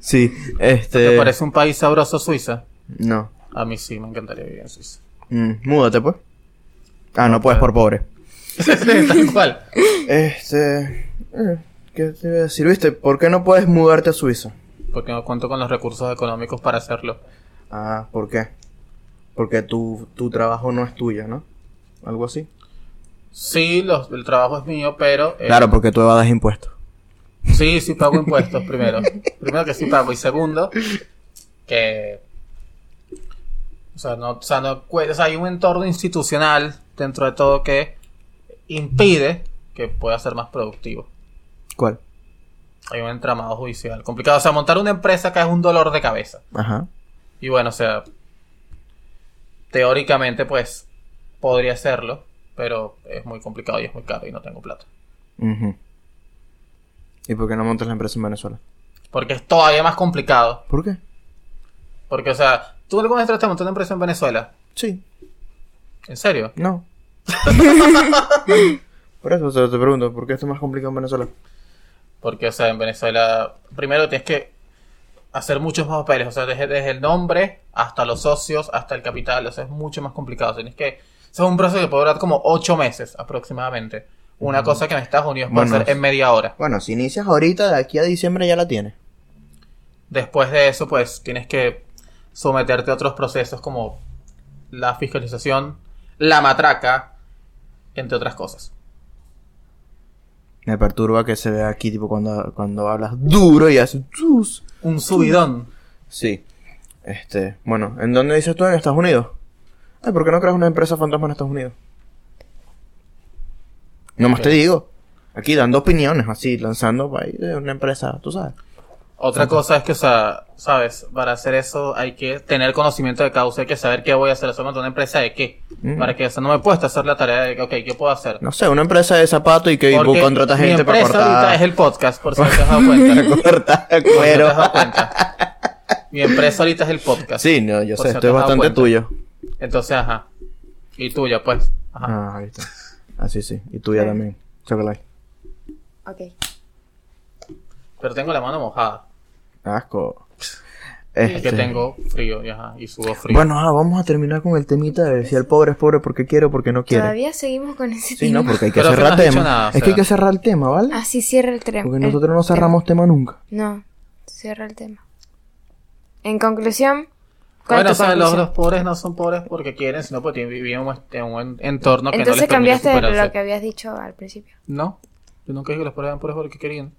Sí,
¿Te
este.
parece un país sabroso Suiza?
No.
A mí sí, me encantaría vivir en Suiza. [laughs]
Mm, múdate, pues. Ah, no puedes por pobre.
Tal cual.
Este. eh, ¿Qué te iba a decir? ¿Viste? ¿Por qué no puedes mudarte a Suiza?
Porque no cuento con los recursos económicos para hacerlo.
Ah, ¿por qué? Porque tu, tu trabajo no es tuyo, ¿no? Algo así.
Sí, los- el trabajo es mío, pero... eh,
Claro, porque tú evadas impuestos.
Sí, sí pago impuestos, primero. Primero que sí pago. Y segundo, que... O sea, no, o sea, no cu- o sea, hay un entorno institucional dentro de todo que impide que pueda ser más productivo.
¿Cuál?
Hay un entramado judicial complicado. O sea, montar una empresa acá es un dolor de cabeza.
Ajá.
Y bueno, o sea, teóricamente pues podría hacerlo, pero es muy complicado y es muy caro y no tengo plata.
Ujú. ¿Y por qué no montas la empresa en Venezuela?
Porque es todavía más complicado.
¿Por qué?
Porque, o sea, ¿tú alguna vez trataste de montar una empresa en Venezuela?
Sí,
¿En serio?
no. [laughs] Por eso te, te pregunto, ¿por qué esto es más complicado en Venezuela?
Porque, o sea, en Venezuela, primero tienes que hacer muchos más papeles, o sea, desde, desde el nombre hasta los socios, hasta el capital, o sea, es mucho más complicado. Tienes que. O sea, es un proceso que puede durar como ocho meses aproximadamente. Una cosa que en Estados Unidos puede
Bueno.
hacer en media hora.
Bueno, si inicias ahorita, de aquí a diciembre ya la tienes.
Después de eso, pues tienes que someterte a otros procesos como la fiscalización, la matraca, entre otras cosas.
Me perturba que se vea aquí, tipo, cuando, cuando hablas duro y haces tus.
Un subidón.
Sí. Este, bueno, ¿en dónde dices tú? ¿En Estados Unidos? Ay, ¿por qué no creas una empresa fantasma en Estados Unidos? Nomás
Ok.
te digo. Aquí dando opiniones, así, lanzando ahí, eh, una empresa, tú sabes.
Otra cosa es que, o sea, sabes, para hacer eso hay que tener conocimiento de causa, hay que saber qué voy a hacer, hacer una empresa de qué.
Mm.
Para que, o sea, no me he puesto a hacer la tarea de, ok, ¿qué puedo hacer?
No sé, una empresa de zapato y que
Porque
contrata
mi
gente para
empresa ahorita
cortar.
es el podcast, por si no te
[laughs]
has dado cuenta.
Para cortar
[laughs] Por si no te
cuero.
has dado cuenta. Mi empresa ahorita es el podcast.
Sí, no, yo
Por
sé, esto
si no te
es
has dado
bastante
cuenta.
tuyo.
Entonces, ajá. Y tuya, pues. Ajá.
Ah, ahí
[laughs]
está. Así sí, y tuya
Sí.
también. Chocolate.
Ok.
Pero tengo la mano mojada.
Asco.
Es que
Este,
tengo frío, y ajá, y subo frío.
Bueno, ah, vamos a terminar con el temita de si el pobre es pobre porque quiere o porque no quiere.
Todavía seguimos con
Sí,
ese tema.
no, porque hay que
Pero que no
cerrar
has
tema.
dicho nada, o
es que hay
sea.
que cerrar el tema, ¿vale?
[laughs] Así cierra el tema.
Porque nosotros
eh,
no cerramos tema nunca.
No, cierra el tema. En conclusión, ¿cuál es
Bueno, o
tu
sea, los,
conclusión?
los pobres no son pobres porque quieren, sino porque tienen- viven en un- en un entorno que no
Entonces
les permite
cambiaste
superarse.
lo que habías dicho al principio.
No, yo nunca dije que los pobres eran pobres porque querían.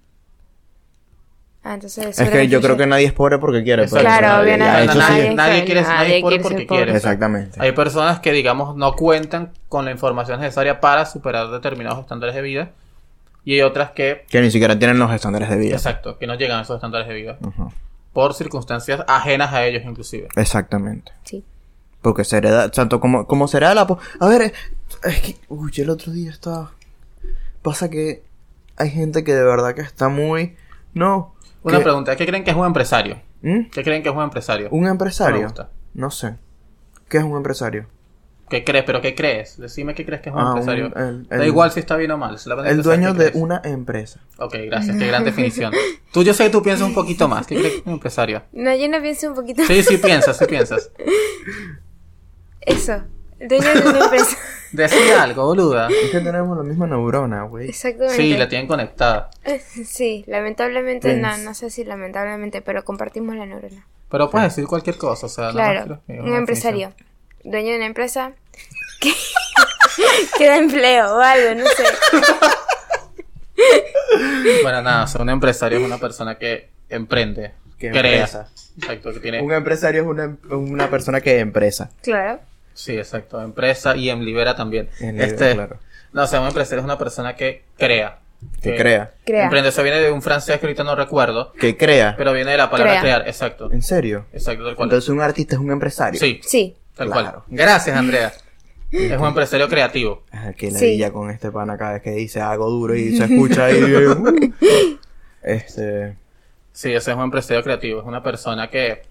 Ah, entonces
Es que yo creo que nadie es pobre porque quiere.
Exacto.
pero-
Claro,
Ah,
obviamente
ya,
pues, nadie,
eso sí.
nadie,
es-
nadie quiere,
nadie
nadie es pobre
quiere ser
porque
pobre.
quiere.
Exactamente.
Hay personas que, digamos, no cuentan con la información necesaria para superar determinados estándares de vida Y hay otras que,
Que ni siquiera tienen los estándares de vida.
exacto, que no llegan a esos estándares de vida.
Ujú.
Por circunstancias ajenas a ellos inclusive.
Exactamente.
Sí.
Porque se hereda, tanto como, como se hereda la... po- A ver, eh, es que... Uy, el otro día estaba... Pasa que hay gente que de verdad que está muy... No.
Una
que-
pregunta, ¿qué creen que es un empresario?
¿Mm?
¿Qué creen que es un empresario?
¿Un empresario?
gusta.
No sé. ¿Qué es un empresario?
¿Qué crees? ¿Pero qué crees? Decime qué crees que es un
Ah, un-
empresario.
el-
da
el-
igual si está bien o mal. solamente
El
quiero saber
dueño
qué
de
crees.
una empresa.
Ok, gracias, qué gran definición. Tú, yo sé que tú piensas un poquito más. ¿Qué crees que es un empresario?
No, yo no pienso un poquito
Sí, sí piensas, sí piensas.
[laughs] eso. El dueño de una
[laughs]
empresa.
Decía algo, boluda.
Es que tenemos la misma neurona, güey.
Exactamente.
Sí, la tienen conectada.
[laughs] Sí, lamentablemente, no,
Yes.
no sé si lamentablemente, pero compartimos la neurona.
Pero puedes decir cualquier cosa, o sea, nada más
claro,
quiero-
un
una
empresario, dueño de una empresa [laughs] que, que da empleo o algo, no sé.
definición. Bueno, nada, o sea, un empresario es una persona que emprende,
Que
crea.
empresa.
Exacto, que tiene.
Un em- empresario es una, una persona que empresa.
Claro.
Sí, exacto, empresa y en Libera también.
En Libera,
este,
claro.
No, o sea, un empresario es una persona que crea.
Que crea.
Crea.
Emprende, eso viene de un francés que ahorita no recuerdo,
Que crea.
pero viene de la palabra
Crea.
crear, exacto.
¿En serio?
Exacto, tal cual.
Entonces un artista es un empresario.
sí,
Sí.
tal
Claro.
cual. Gracias, Andrea. Es un empresario creativo.
Ah, que la
Sí.
villa con este pana cada vez que dice algo duro y se escucha ahí. eh, uh. este.
Sí, ese es un empresario creativo, es una persona que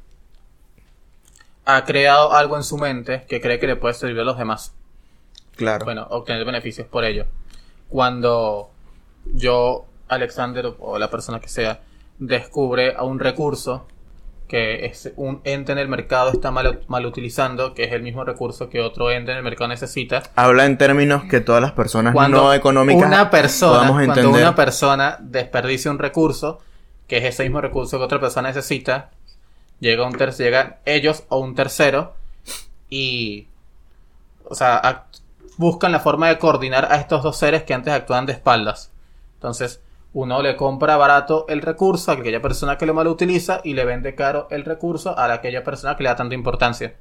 ha creado algo en su mente que cree que le puede servir a los demás.
Claro.
Bueno, obtener beneficios por ello. Cuando yo, Alexander o la persona que sea, descubre a un recurso que es un ente en el mercado está mal, mal utilizando, que es el mismo recurso que otro ente en el mercado necesita,
Habla en términos que todas las personas
cuando
no económicas
una persona,
podamos
cuando
entender.
una persona desperdicia un recurso, que es ese mismo recurso que otra persona necesita, llega un tercero, llegan ellos o un tercero y o sea, act- buscan la forma de coordinar a estos dos seres que antes actúan de espaldas. Entonces, uno le compra barato el recurso a aquella persona que lo mal utiliza y le vende caro el recurso a aquella persona que le da tanta importancia.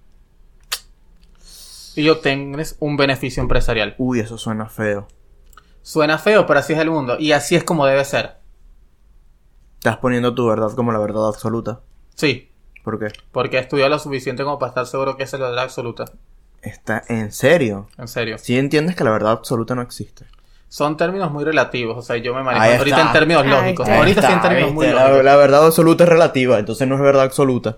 Y obtienes un beneficio empresarial.
Uy, eso suena feo.
Suena feo, pero así es el mundo. Y así es como debe ser.
Estás poniendo tu verdad como la verdad absoluta.
Sí,
¿Por qué?
porque he estudiado lo suficiente como para estar seguro que esa es la verdad absoluta.
Está en serio.
En serio.
Si entiendes que la verdad absoluta no existe.
Son términos muy relativos. O sea, yo me manejo
Ahí
ahorita
está.
en términos
Ahí
lógicos.
está.
Ahorita sí en
Está,
términos
¿viste?
muy
la,
lógicos.
la verdad absoluta es relativa, entonces no es verdad absoluta.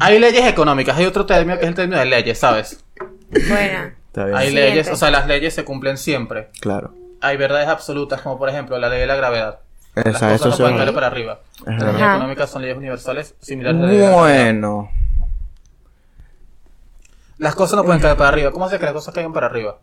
Hay leyes económicas. Hay otro término que es el término de leyes, ¿sabes?
Bueno.
Está bien.
Hay
Siguiente.
leyes, o sea, las leyes se cumplen siempre.
Claro.
Hay verdades absolutas, como por ejemplo la ley de la gravedad. Las
Esa,
cosas
eso
no pueden caer
suena.
para arriba. Las
verdad.
leyes
Ajá.
económicas son leyes universales similares a la ley de la gravedad.
Bueno.
Las cosas no pueden caer para arriba. ¿Cómo se que las cosas caigan para arriba?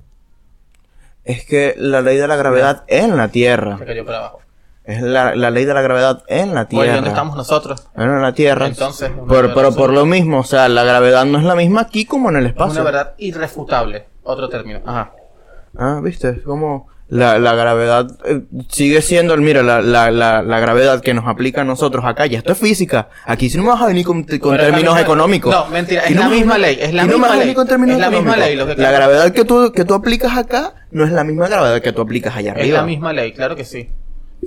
Es que la ley de la gravedad en la Tierra.
Se cayó para abajo.
Es la, la ley de la gravedad en la Tierra.
Oye, ¿dónde estamos nosotros?
Bueno, en la Tierra.
Entonces, una
por,
verdad
pero por lo mismo, o sea, la gravedad no es la misma aquí como en el
Es una
espacio.
verdad irrefutable. Otro término. Ajá.
Ah, viste, es como la, la gravedad eh, sigue siendo, el- mira, la, la, la, la gravedad que nos aplica a nosotros acá, y esto es física. Aquí si no me vas a venir con, con
Pero es la
términos
misma-
económicos.
No, mentira,
Y
es
no
la
me-
misma ley, es la
y no me
misma
vas a
ley,
venir con términos
es la misma
económicos.
ley, lo que
la
queremos.
gravedad que tú, que tú aplicas acá no es la misma gravedad que tú aplicas allá arriba.
Es la misma ley, claro que sí.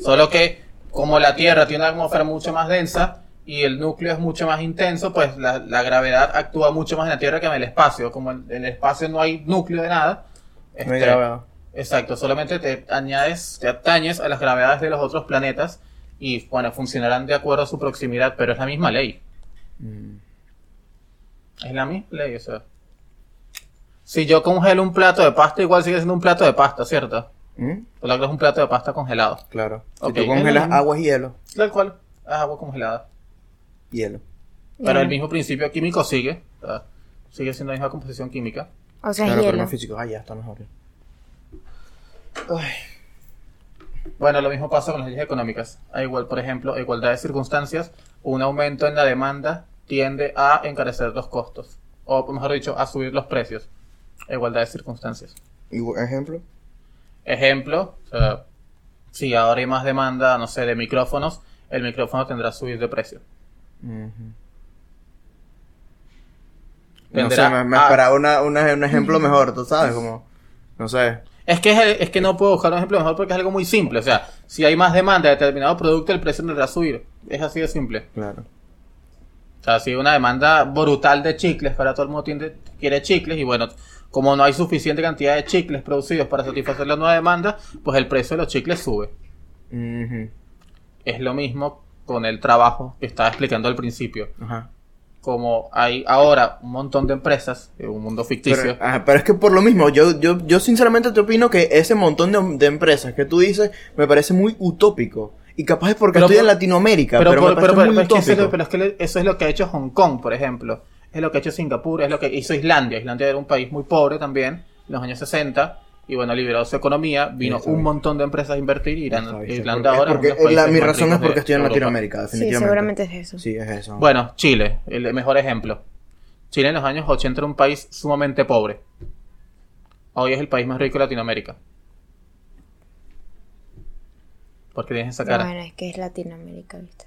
Solo que como la Tierra tiene una atmósfera mucho más densa y el núcleo es mucho más intenso, pues la, la gravedad actúa mucho más en la Tierra que en el espacio. Como en en el espacio no hay núcleo de nada.
No hay
este,
gravedad.
Exacto, solamente te añades, te atañes a las gravedades de los otros planetas y bueno, funcionarán de acuerdo a su proximidad, pero es la misma ley. Es la misma ley, o sea. Si yo congelo un plato de pasta, igual sigue siendo un plato de pasta, ¿cierto?
¿Mm?
Lo que es un plato de pasta congelado.
Claro.
Ok,
Si tú congelas
es la-
agua es hielo,
Tal cual, es agua congelada.
hielo.
Pero el mismo principio químico sigue. o sea, sigue siendo la misma composición química.
O sea, es
claro, pero
hielo.
no físico. Ah, ya está mejor.
Bueno, lo mismo pasa con las leyes económicas. A igual, por ejemplo, a igualdad de circunstancias, un aumento en la demanda tiende a encarecer los costos. O, mejor dicho, a subir los precios. A igualdad de circunstancias.
¿Y un ejemplo?
Ejemplo, o sea, si ahora hay más demanda, no sé, de micrófonos, el micrófono tendrá a subir de precio.
No
Tendrá-
sé, me, me
ah.
esperaba una- una- un ejemplo mejor, tú sabes, como... No sé.
Es que, es, el- es que no puedo buscar un ejemplo mejor porque es algo muy simple. O sea, si hay más demanda de determinado producto, el precio tendrá a subir. Es así de simple.
Claro.
O sea, si hay una demanda brutal de chicles, para todo el mundo tiende- quiere chicles y bueno, como no hay suficiente cantidad de chicles producidos para satisfacer la nueva demanda, pues el precio de los chicles sube.
Ujú,
Es lo mismo con el trabajo que estaba explicando al principio.
Ajá.
Como hay ahora un montón de empresas, en un
Pero,
mundo
ah,
ficticio,
ajá, pero es que por lo mismo, yo, yo, yo sinceramente te opino que ese montón de, de empresas que tú dices me parece muy utópico. Y capaz es porque
Pero
estoy
por-
en Latinoamérica, pero,
pero, por-
me
pero-
parece
pero-
muy
pero es que eso, es
utópico.
lo- pero es que le- eso es lo que ha hecho Hong Kong, por ejemplo. Es lo que ha hecho Singapur, es lo que hizo Islandia. Islandia era un país muy pobre también, en los años 60. Y bueno, liberó su economía, vino
está
un
bien.
montón de empresas a invertir y
Está
Irán,
bien,
Irlanda
porque-
ahora es
porque
uno de los
la-
países
mi
más
razón
ricos
es porque
de
estoy en
Europa.
Latinoamérica,
Sí,
definitivamente.
seguramente es eso.
Sí, es eso.
Bueno, Chile, el mejor ejemplo. Chile en los años 80 era un país sumamente pobre. Hoy es el país más rico de Latinoamérica. ¿Por qué tienes esa cara?
Bueno, es que es Latinoamérica, ¿viste?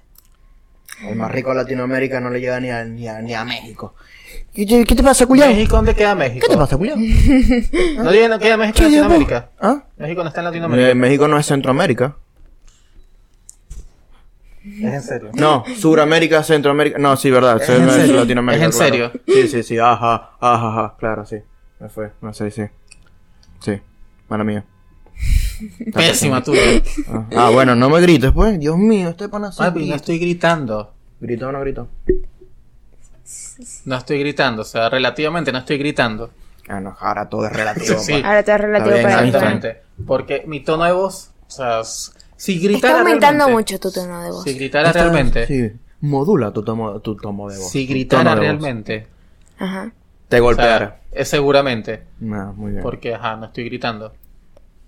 El más rico de Latinoamérica no le llega ni a, ni a, ni a México. ¿Qué, qué- qué te pasa, Julián?
¿México dónde queda México?
¿Qué te pasa, Julián?
¿No digan no queda México en Latinoamérica?
¿Ah?
México no está en
Eh,
Latinoamérica.
México no es Centroamérica.
Es en serio.
No, Suramérica, Centroamérica. No, sí, verdad. sí, no, Es,
serio?
Latinoamérica.
¿Es en
claro.
serio?
Sí, sí, sí. Ajá, ajá, ajá. Claro, sí. Me fue. No sé, sí. Sí. Mala mía.
[laughs]
[laughs]
Pésima tú.
Ah, ah, bueno, no me grites, pues. Dios mío, este pana sí.
Papi, no estoy gritando.
¿Gritó o no gritó?
No estoy gritando, o sea, relativamente no estoy gritando.
Ah, no, ahora todo es relativo.
Sí.
pa.
Ahora todo es relativo
bien,
para
ahí está.
Está,
Exactamente. Porque mi tono de voz, o sea, s- si gritara.
está aumentando
realmente-
mucho tu tono de voz.
Si gritara
Esta-
realmente.
Sí. Modula tu tomo, tu tomo de voz.
Si
tu
gritara
tono de voz.
realmente.
Ajá.
Te
o sea,
golpeara.
es seguramente.
No, muy bien.
Porque, ajá, no estoy gritando.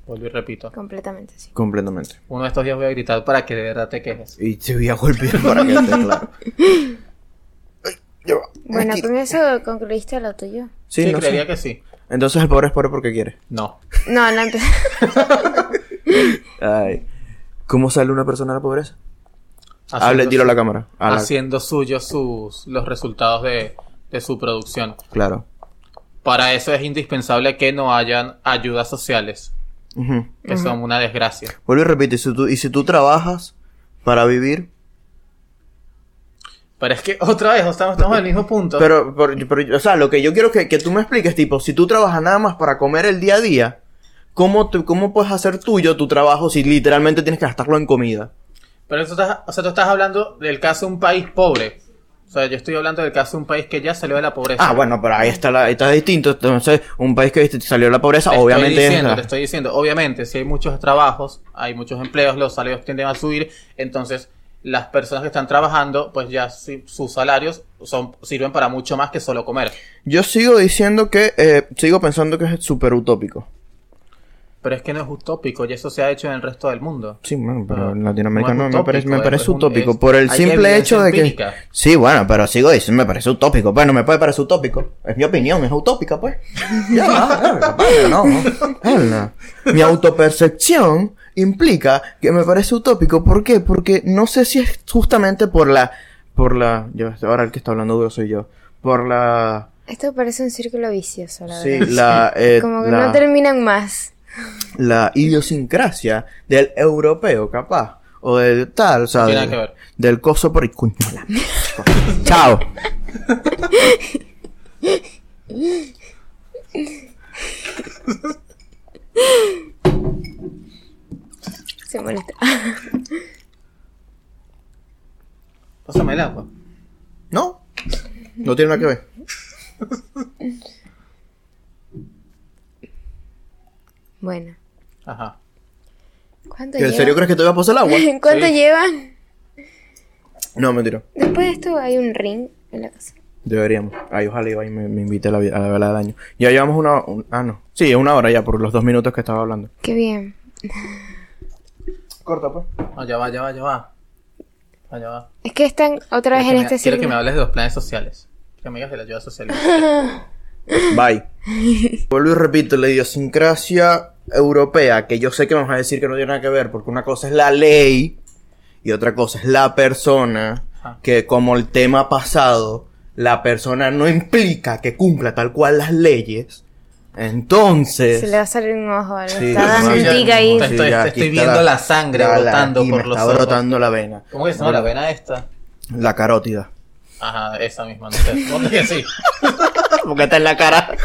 Vuelvo y repito.
Completamente, sí.
Completamente.
Uno de estos días voy a gritar para que de verdad te quejes.
Y te voy a golpear para que esté claro. Ay, ya va.
Bueno, con eso concluiste lo tuyo.
Sí, no sé.
creería que sí.
Entonces el pobre es pobre porque quiere.
No.
No, no empecé.
Ay. ¿Cómo sale una persona de la pobreza?
Haciendo
Hable, dilo a la cámara. A la-
haciendo suyos sus, los resultados de, de su producción.
Claro.
Para eso es indispensable que no hayan ayudas sociales,
Ujú.
que son una desgracia.
Vuelvo y repite, si tú, y si tú trabajas para vivir,
Pero es que [laughs] otra vez, estamos, estamos en el mismo punto.
pero, pero- pero- o sea, lo que yo quiero que, que tú me expliques, tipo, si tú trabajas nada más para comer el día a día, ¿cómo, te- cómo puedes hacer tuyo tu trabajo si literalmente tienes que gastarlo en comida?
Pero eso estás, o sea, tú estás hablando del caso de un país pobre. O sea, yo estoy hablando del caso de un país que ya salió de la pobreza.
Ah, bueno, pero ahí está, la, ahí está distinto. Entonces, un país que salió de la pobreza,
Te estoy
obviamente... es
diciendo,
la-
te estoy diciendo, obviamente, si hay muchos trabajos, hay muchos empleos, los salarios tienden a subir, entonces las personas que están trabajando, pues ya si- sus salarios son sirven para mucho más que solo comer.
Yo sigo diciendo que, eh, sigo pensando que es súper utópico.
Pero es que no es utópico, y eso se ha hecho en el resto del mundo.
Sí, bueno, pero
Ah,
en Latinoamérica
no
no,
es
me parece,
utópico,
me
es- es
parece
un-
utópico.
es-
por el
hay
simple
evidencia
hecho de que.
empírica.
Sí, bueno, pero sigo diciendo, me parece utópico. Bueno, me puede parecer utópico. Es mi opinión, es utópica,
[laughs]
pues. ya, va, verga, vale, no. Hala. Mi autopercepción implica que me parece utópico. ¿Por qué? Porque no sé si es justamente por la. Por la. Yo, ahora el que está hablando duro soy yo. Por la.
[laughs] Esto parece un círculo vicioso, la
Sí,
verdad.
la.
[laughs]
eh,
Como que
la-
no terminan más.
la idiosincrasia del europeo, capaz. O del tal, o sea,
No tiene
del,
nada que ver.
del coso por... Coño, la mierda. [laughs] Chao.
Se molesta. [laughs]
Pásame el agua.
No. No tiene nada que ver.
Bueno.
Ajá.
¿Cuánto
¿En serio
llevan?
crees que te voy a pasar el agua?
[laughs] ¿Cuánto
Sí.
llevan?
No, mentira.
Después de esto hay un ring en la casa.
Deberíamos. Ay, ojalá Ibai me, me invite a la, vi- a la vela del año. Ya llevamos una... un- ah, no. Sí, una hora ya por los dos minutos que estaba hablando.
Qué bien.
Corta, pues.
No, ya va, ya va, ya va. Allá va.
Es que están
Quiero
otra vez
que
en
me-
este
quiero que me
círculo.
hables de los planes sociales. Que me digas de la ayuda social.
Bye. Vuelvo y repito, la idiosincrasia europea, que yo sé que me vas a decir que no tiene nada que ver, porque una cosa es la ley y otra cosa es la persona,
Ajá.
que como el tema pasado, la persona no implica que cumpla tal cual las leyes, Entonces.
Se le va a salir un ojo, le
Sí,
está dando
no,
un
ya-
tic ahí.
Te estoy- te
aquí
estoy
está
viendo la sangre
la-
brotando
aquí me
por los
está
ojos.
brotando la vena.
¿Cómo que se llama la vena esta?
La carótida.
Ajá, esa misma, no sé. ¿Dónde que sí?
Porque está en la cara.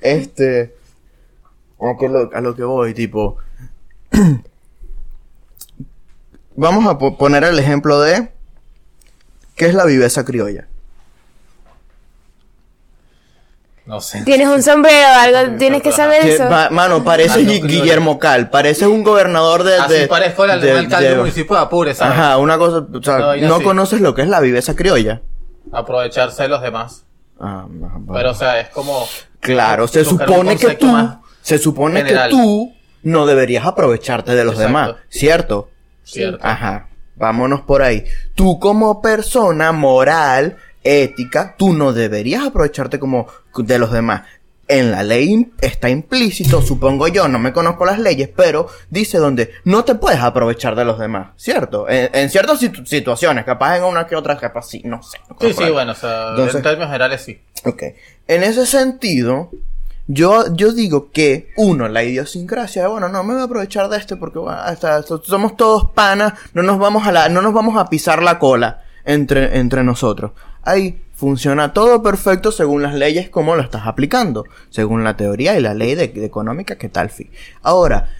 este. A, que lo, a lo que voy, tipo. [clears throat] Vamos a po- poner el ejemplo de. ¿Qué es la viveza criolla?
No sé.
Tienes un sombrero, algo, tienes que saber
Que,
eso.
va- mano, parece
Algo
Gui-
criollo.
Guillermo Cal, parece un gobernador de.
Así
de-
parezco el al-
de-
alcalde
de-
del municipio de Apure, ¿sabes?
Ajá, una cosa. O sea,
No,
no,
yo sí.
conoces lo que es la viveza criolla.
Aprovecharse de los demás.
Ah, ma- ma-
Pero, o sea, es como...
Claro, se
buscar un
supone que
concepto
tú,
más.
se supone
general.
que tú no deberías aprovecharte de los
Exacto.
demás, ¿cierto?
Cierto.
Ajá, vámonos por ahí. Tú como persona moral, ética, tú no deberías aprovecharte como de los demás. En la ley im- está implícito, supongo yo, no me conozco las leyes, pero dice donde no te puedes aprovechar de los demás, ¿cierto? En, en ciertas situ- situaciones, capaz en una que otra, capaz sí, no sé. no
Sí,
conozco
sí,
la-
bueno, o sea,
Entonces-
en términos generales sí.
Ok. En ese sentido, yo, yo digo que, uno, la idiosincrasia, de, bueno, no me voy a aprovechar de este porque bueno, hasta- so- somos todos panas, no nos vamos a la, no nos vamos a pisar la cola entre, entre nosotros. Ahí funciona todo perfecto según las leyes como lo estás aplicando, según la teoría y la ley de, de económica que tal fin. Ahora,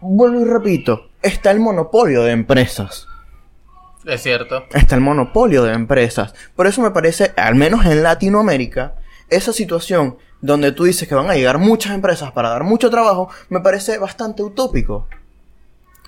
vuelvo y repito, está el monopolio de empresas
Es cierto.
está el monopolio de empresas. Por eso me parece, al menos en Latinoamérica, esa situación donde tú dices que van a llegar muchas empresas para dar mucho trabajo, me parece bastante utópico.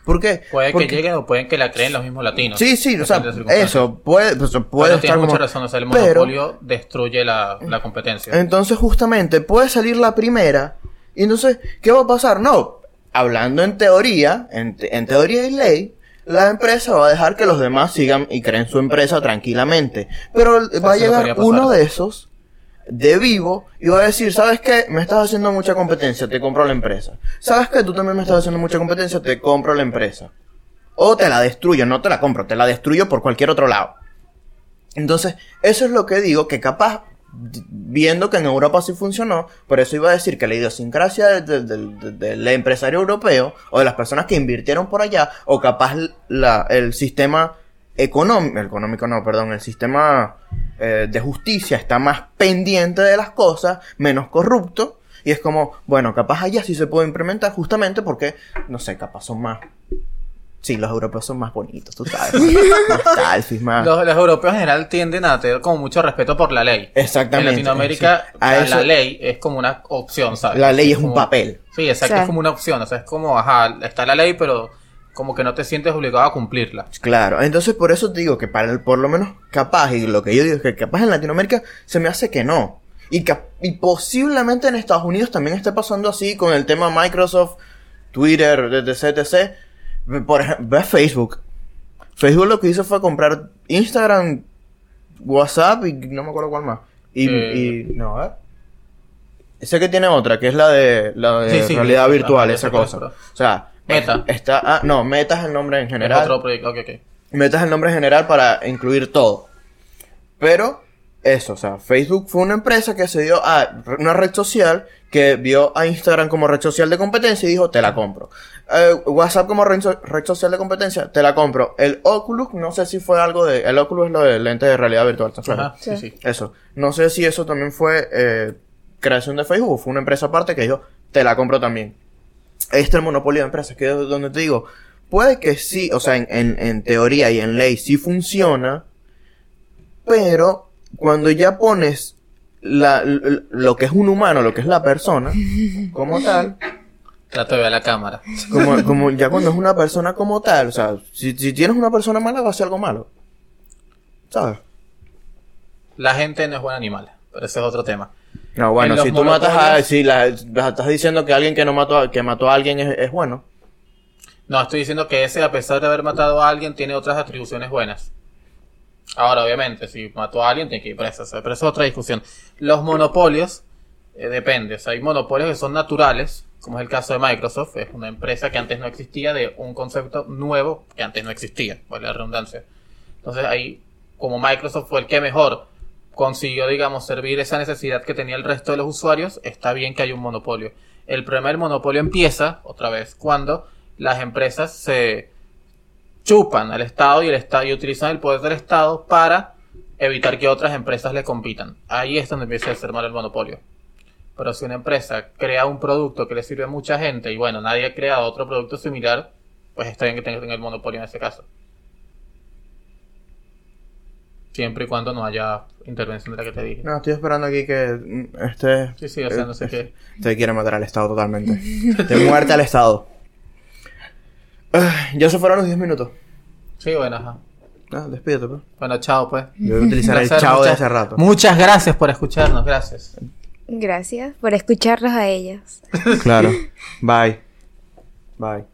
¿Por qué?
Puede
Porque-
que lleguen o pueden que la creen los mismos latinos.
Sí, sí, o sea,
Depende de las circunstancias.
eso puede, pues, puede
Bueno,
estar
tienes
como-
mucha razón, o sea, el
pero-
monopolio destruye la, la competencia.
Entonces, justamente, puede salir la primera. Y entonces, ¿qué va a pasar? No, hablando en teoría, en, te- en teoría y ley, la empresa va a dejar que los demás sigan y creen su empresa tranquilamente. Pero va a
sí lo
llegar
quería pasar.
uno de esos, de vivo, y va a decir, ¿sabes qué? Me estás haciendo mucha competencia, te compro la empresa. ¿Sabes qué? Tú también me estás haciendo mucha competencia, te compro la empresa. O te la destruyo, no te la compro, te la destruyo por cualquier otro lado. Entonces, eso es lo que digo, que capaz, d- viendo que en Europa sí funcionó, por eso iba a decir que la idiosincrasia de- de- de- de- del empresario europeo o de las personas que invirtieron por allá, o capaz la- el sistema económico, económico no, perdón, el sistema eh, de justicia está más pendiente de las cosas, menos corrupto, y es como, bueno, capaz allá sí se puede implementar justamente porque, no sé, capaz son más... Sí, los europeos son más bonitos, tú sabes. Más, más selfies, más...
Los, los europeos en general tienden a tener como mucho respeto por la ley. En
Exactamente.
Latinoamérica,
sí. A
la-
eso-
la ley es como una opción, ¿sabes?
La ley es
como-
un papel.
Sí, exacto,
Sí.
es como una opción. O sea, es como, ajá, está la ley, pero como que no te sientes obligado a cumplirla.
Claro, entonces por eso te digo que para el, por lo menos capaz, y lo que yo digo es que capaz en Latinoamérica se me hace que no. Y, cap- y posiblemente en Estados Unidos también esté pasando así con el tema Microsoft, Twitter, etc, etc. Por ejemplo, ve a Facebook. Facebook lo que hizo fue comprar Instagram, WhatsApp y no me acuerdo cuál más. Y,
Eh.
y- no, ¿eh? Sé que tiene otra, que es la de, la de
Sí, sí,
realidad
la-
virtual,
la-
esa
la-
cosa. O sea,
Meta.
está, ah, no, Meta es el nombre en general.
Es otro proyecto. Ok, ok.
metas el nombre general para incluir todo. Pero eso, o sea, Facebook fue una empresa que se dio a una red social que vio a Instagram como red social de competencia y dijo, te la compro. Eh, WhatsApp como red, so- red social de competencia, te la compro. El Oculus, no sé si fue algo de... El Oculus es lo del lente de realidad virtual, ¿te acuerdas?
Ajá, sí, sí.
Eso. No sé si eso también fue eh, creación de Facebook o fue una empresa aparte que dijo, te la compro también. Este es el monopolio de empresas, que es donde te digo, puede que sí, o sea, en, en- en teoría y en ley sí funciona, pero cuando ya pones la- l- lo que es un humano, lo que es la persona, como tal,
Trato de ver la cámara.
como, como ya cuando es una persona como tal, o sea, si, si tienes una persona mala va a ser algo malo. ¿Sabes?
La gente no es buen animal, pero ese es otro tema.
No, bueno,
En los
si tú matas a...
monopolios-
Si la- la- estás diciendo que alguien que no mató a, que mató a alguien es, es bueno.
No, estoy diciendo que ese, a pesar de haber matado a alguien, tiene otras atribuciones buenas. Ahora, obviamente, si mató a alguien, tiene que ir preso. o sea, Pero eso es otra discusión. Los monopolios, eh, depende. O sea, hay monopolios que son naturales, como es el caso de Microsoft. Es una empresa que antes no existía, de un concepto nuevo que antes no existía, por la redundancia. Entonces, ahí, como Microsoft fue el que mejor consiguió, digamos, servir esa necesidad que tenía el resto de los usuarios, está bien que hay un monopolio. El problema del monopolio empieza, otra vez, cuando las empresas se chupan al Estado y, el Estado y utilizan el poder del Estado para evitar que otras empresas le compitan. Ahí es donde empieza a ser mal el monopolio. Pero si una empresa crea un producto que le sirve a mucha gente y bueno, nadie ha creado otro producto similar, pues está bien que tenga tenga el monopolio en ese caso. Siempre y cuando no haya intervención de la que te dije.
No, estoy esperando aquí que mm, este.
Sí, sí, o sea, no sé
eh,
qué.
Te quiere matar al Estado totalmente. Te muerte al Estado. Ah, ya se fueron los 10 minutos.
Sí, bueno, ajá.
Ah, despídete, pues.
Bueno, chao, pues.
Yo voy a
[laughs]
utilizar el
Placer,
chavo de
muchas-
hace rato.
Muchas gracias por escucharnos, gracias. [laughs]
Gracias por escucharlos a ellas.
Claro. Bye. Bye.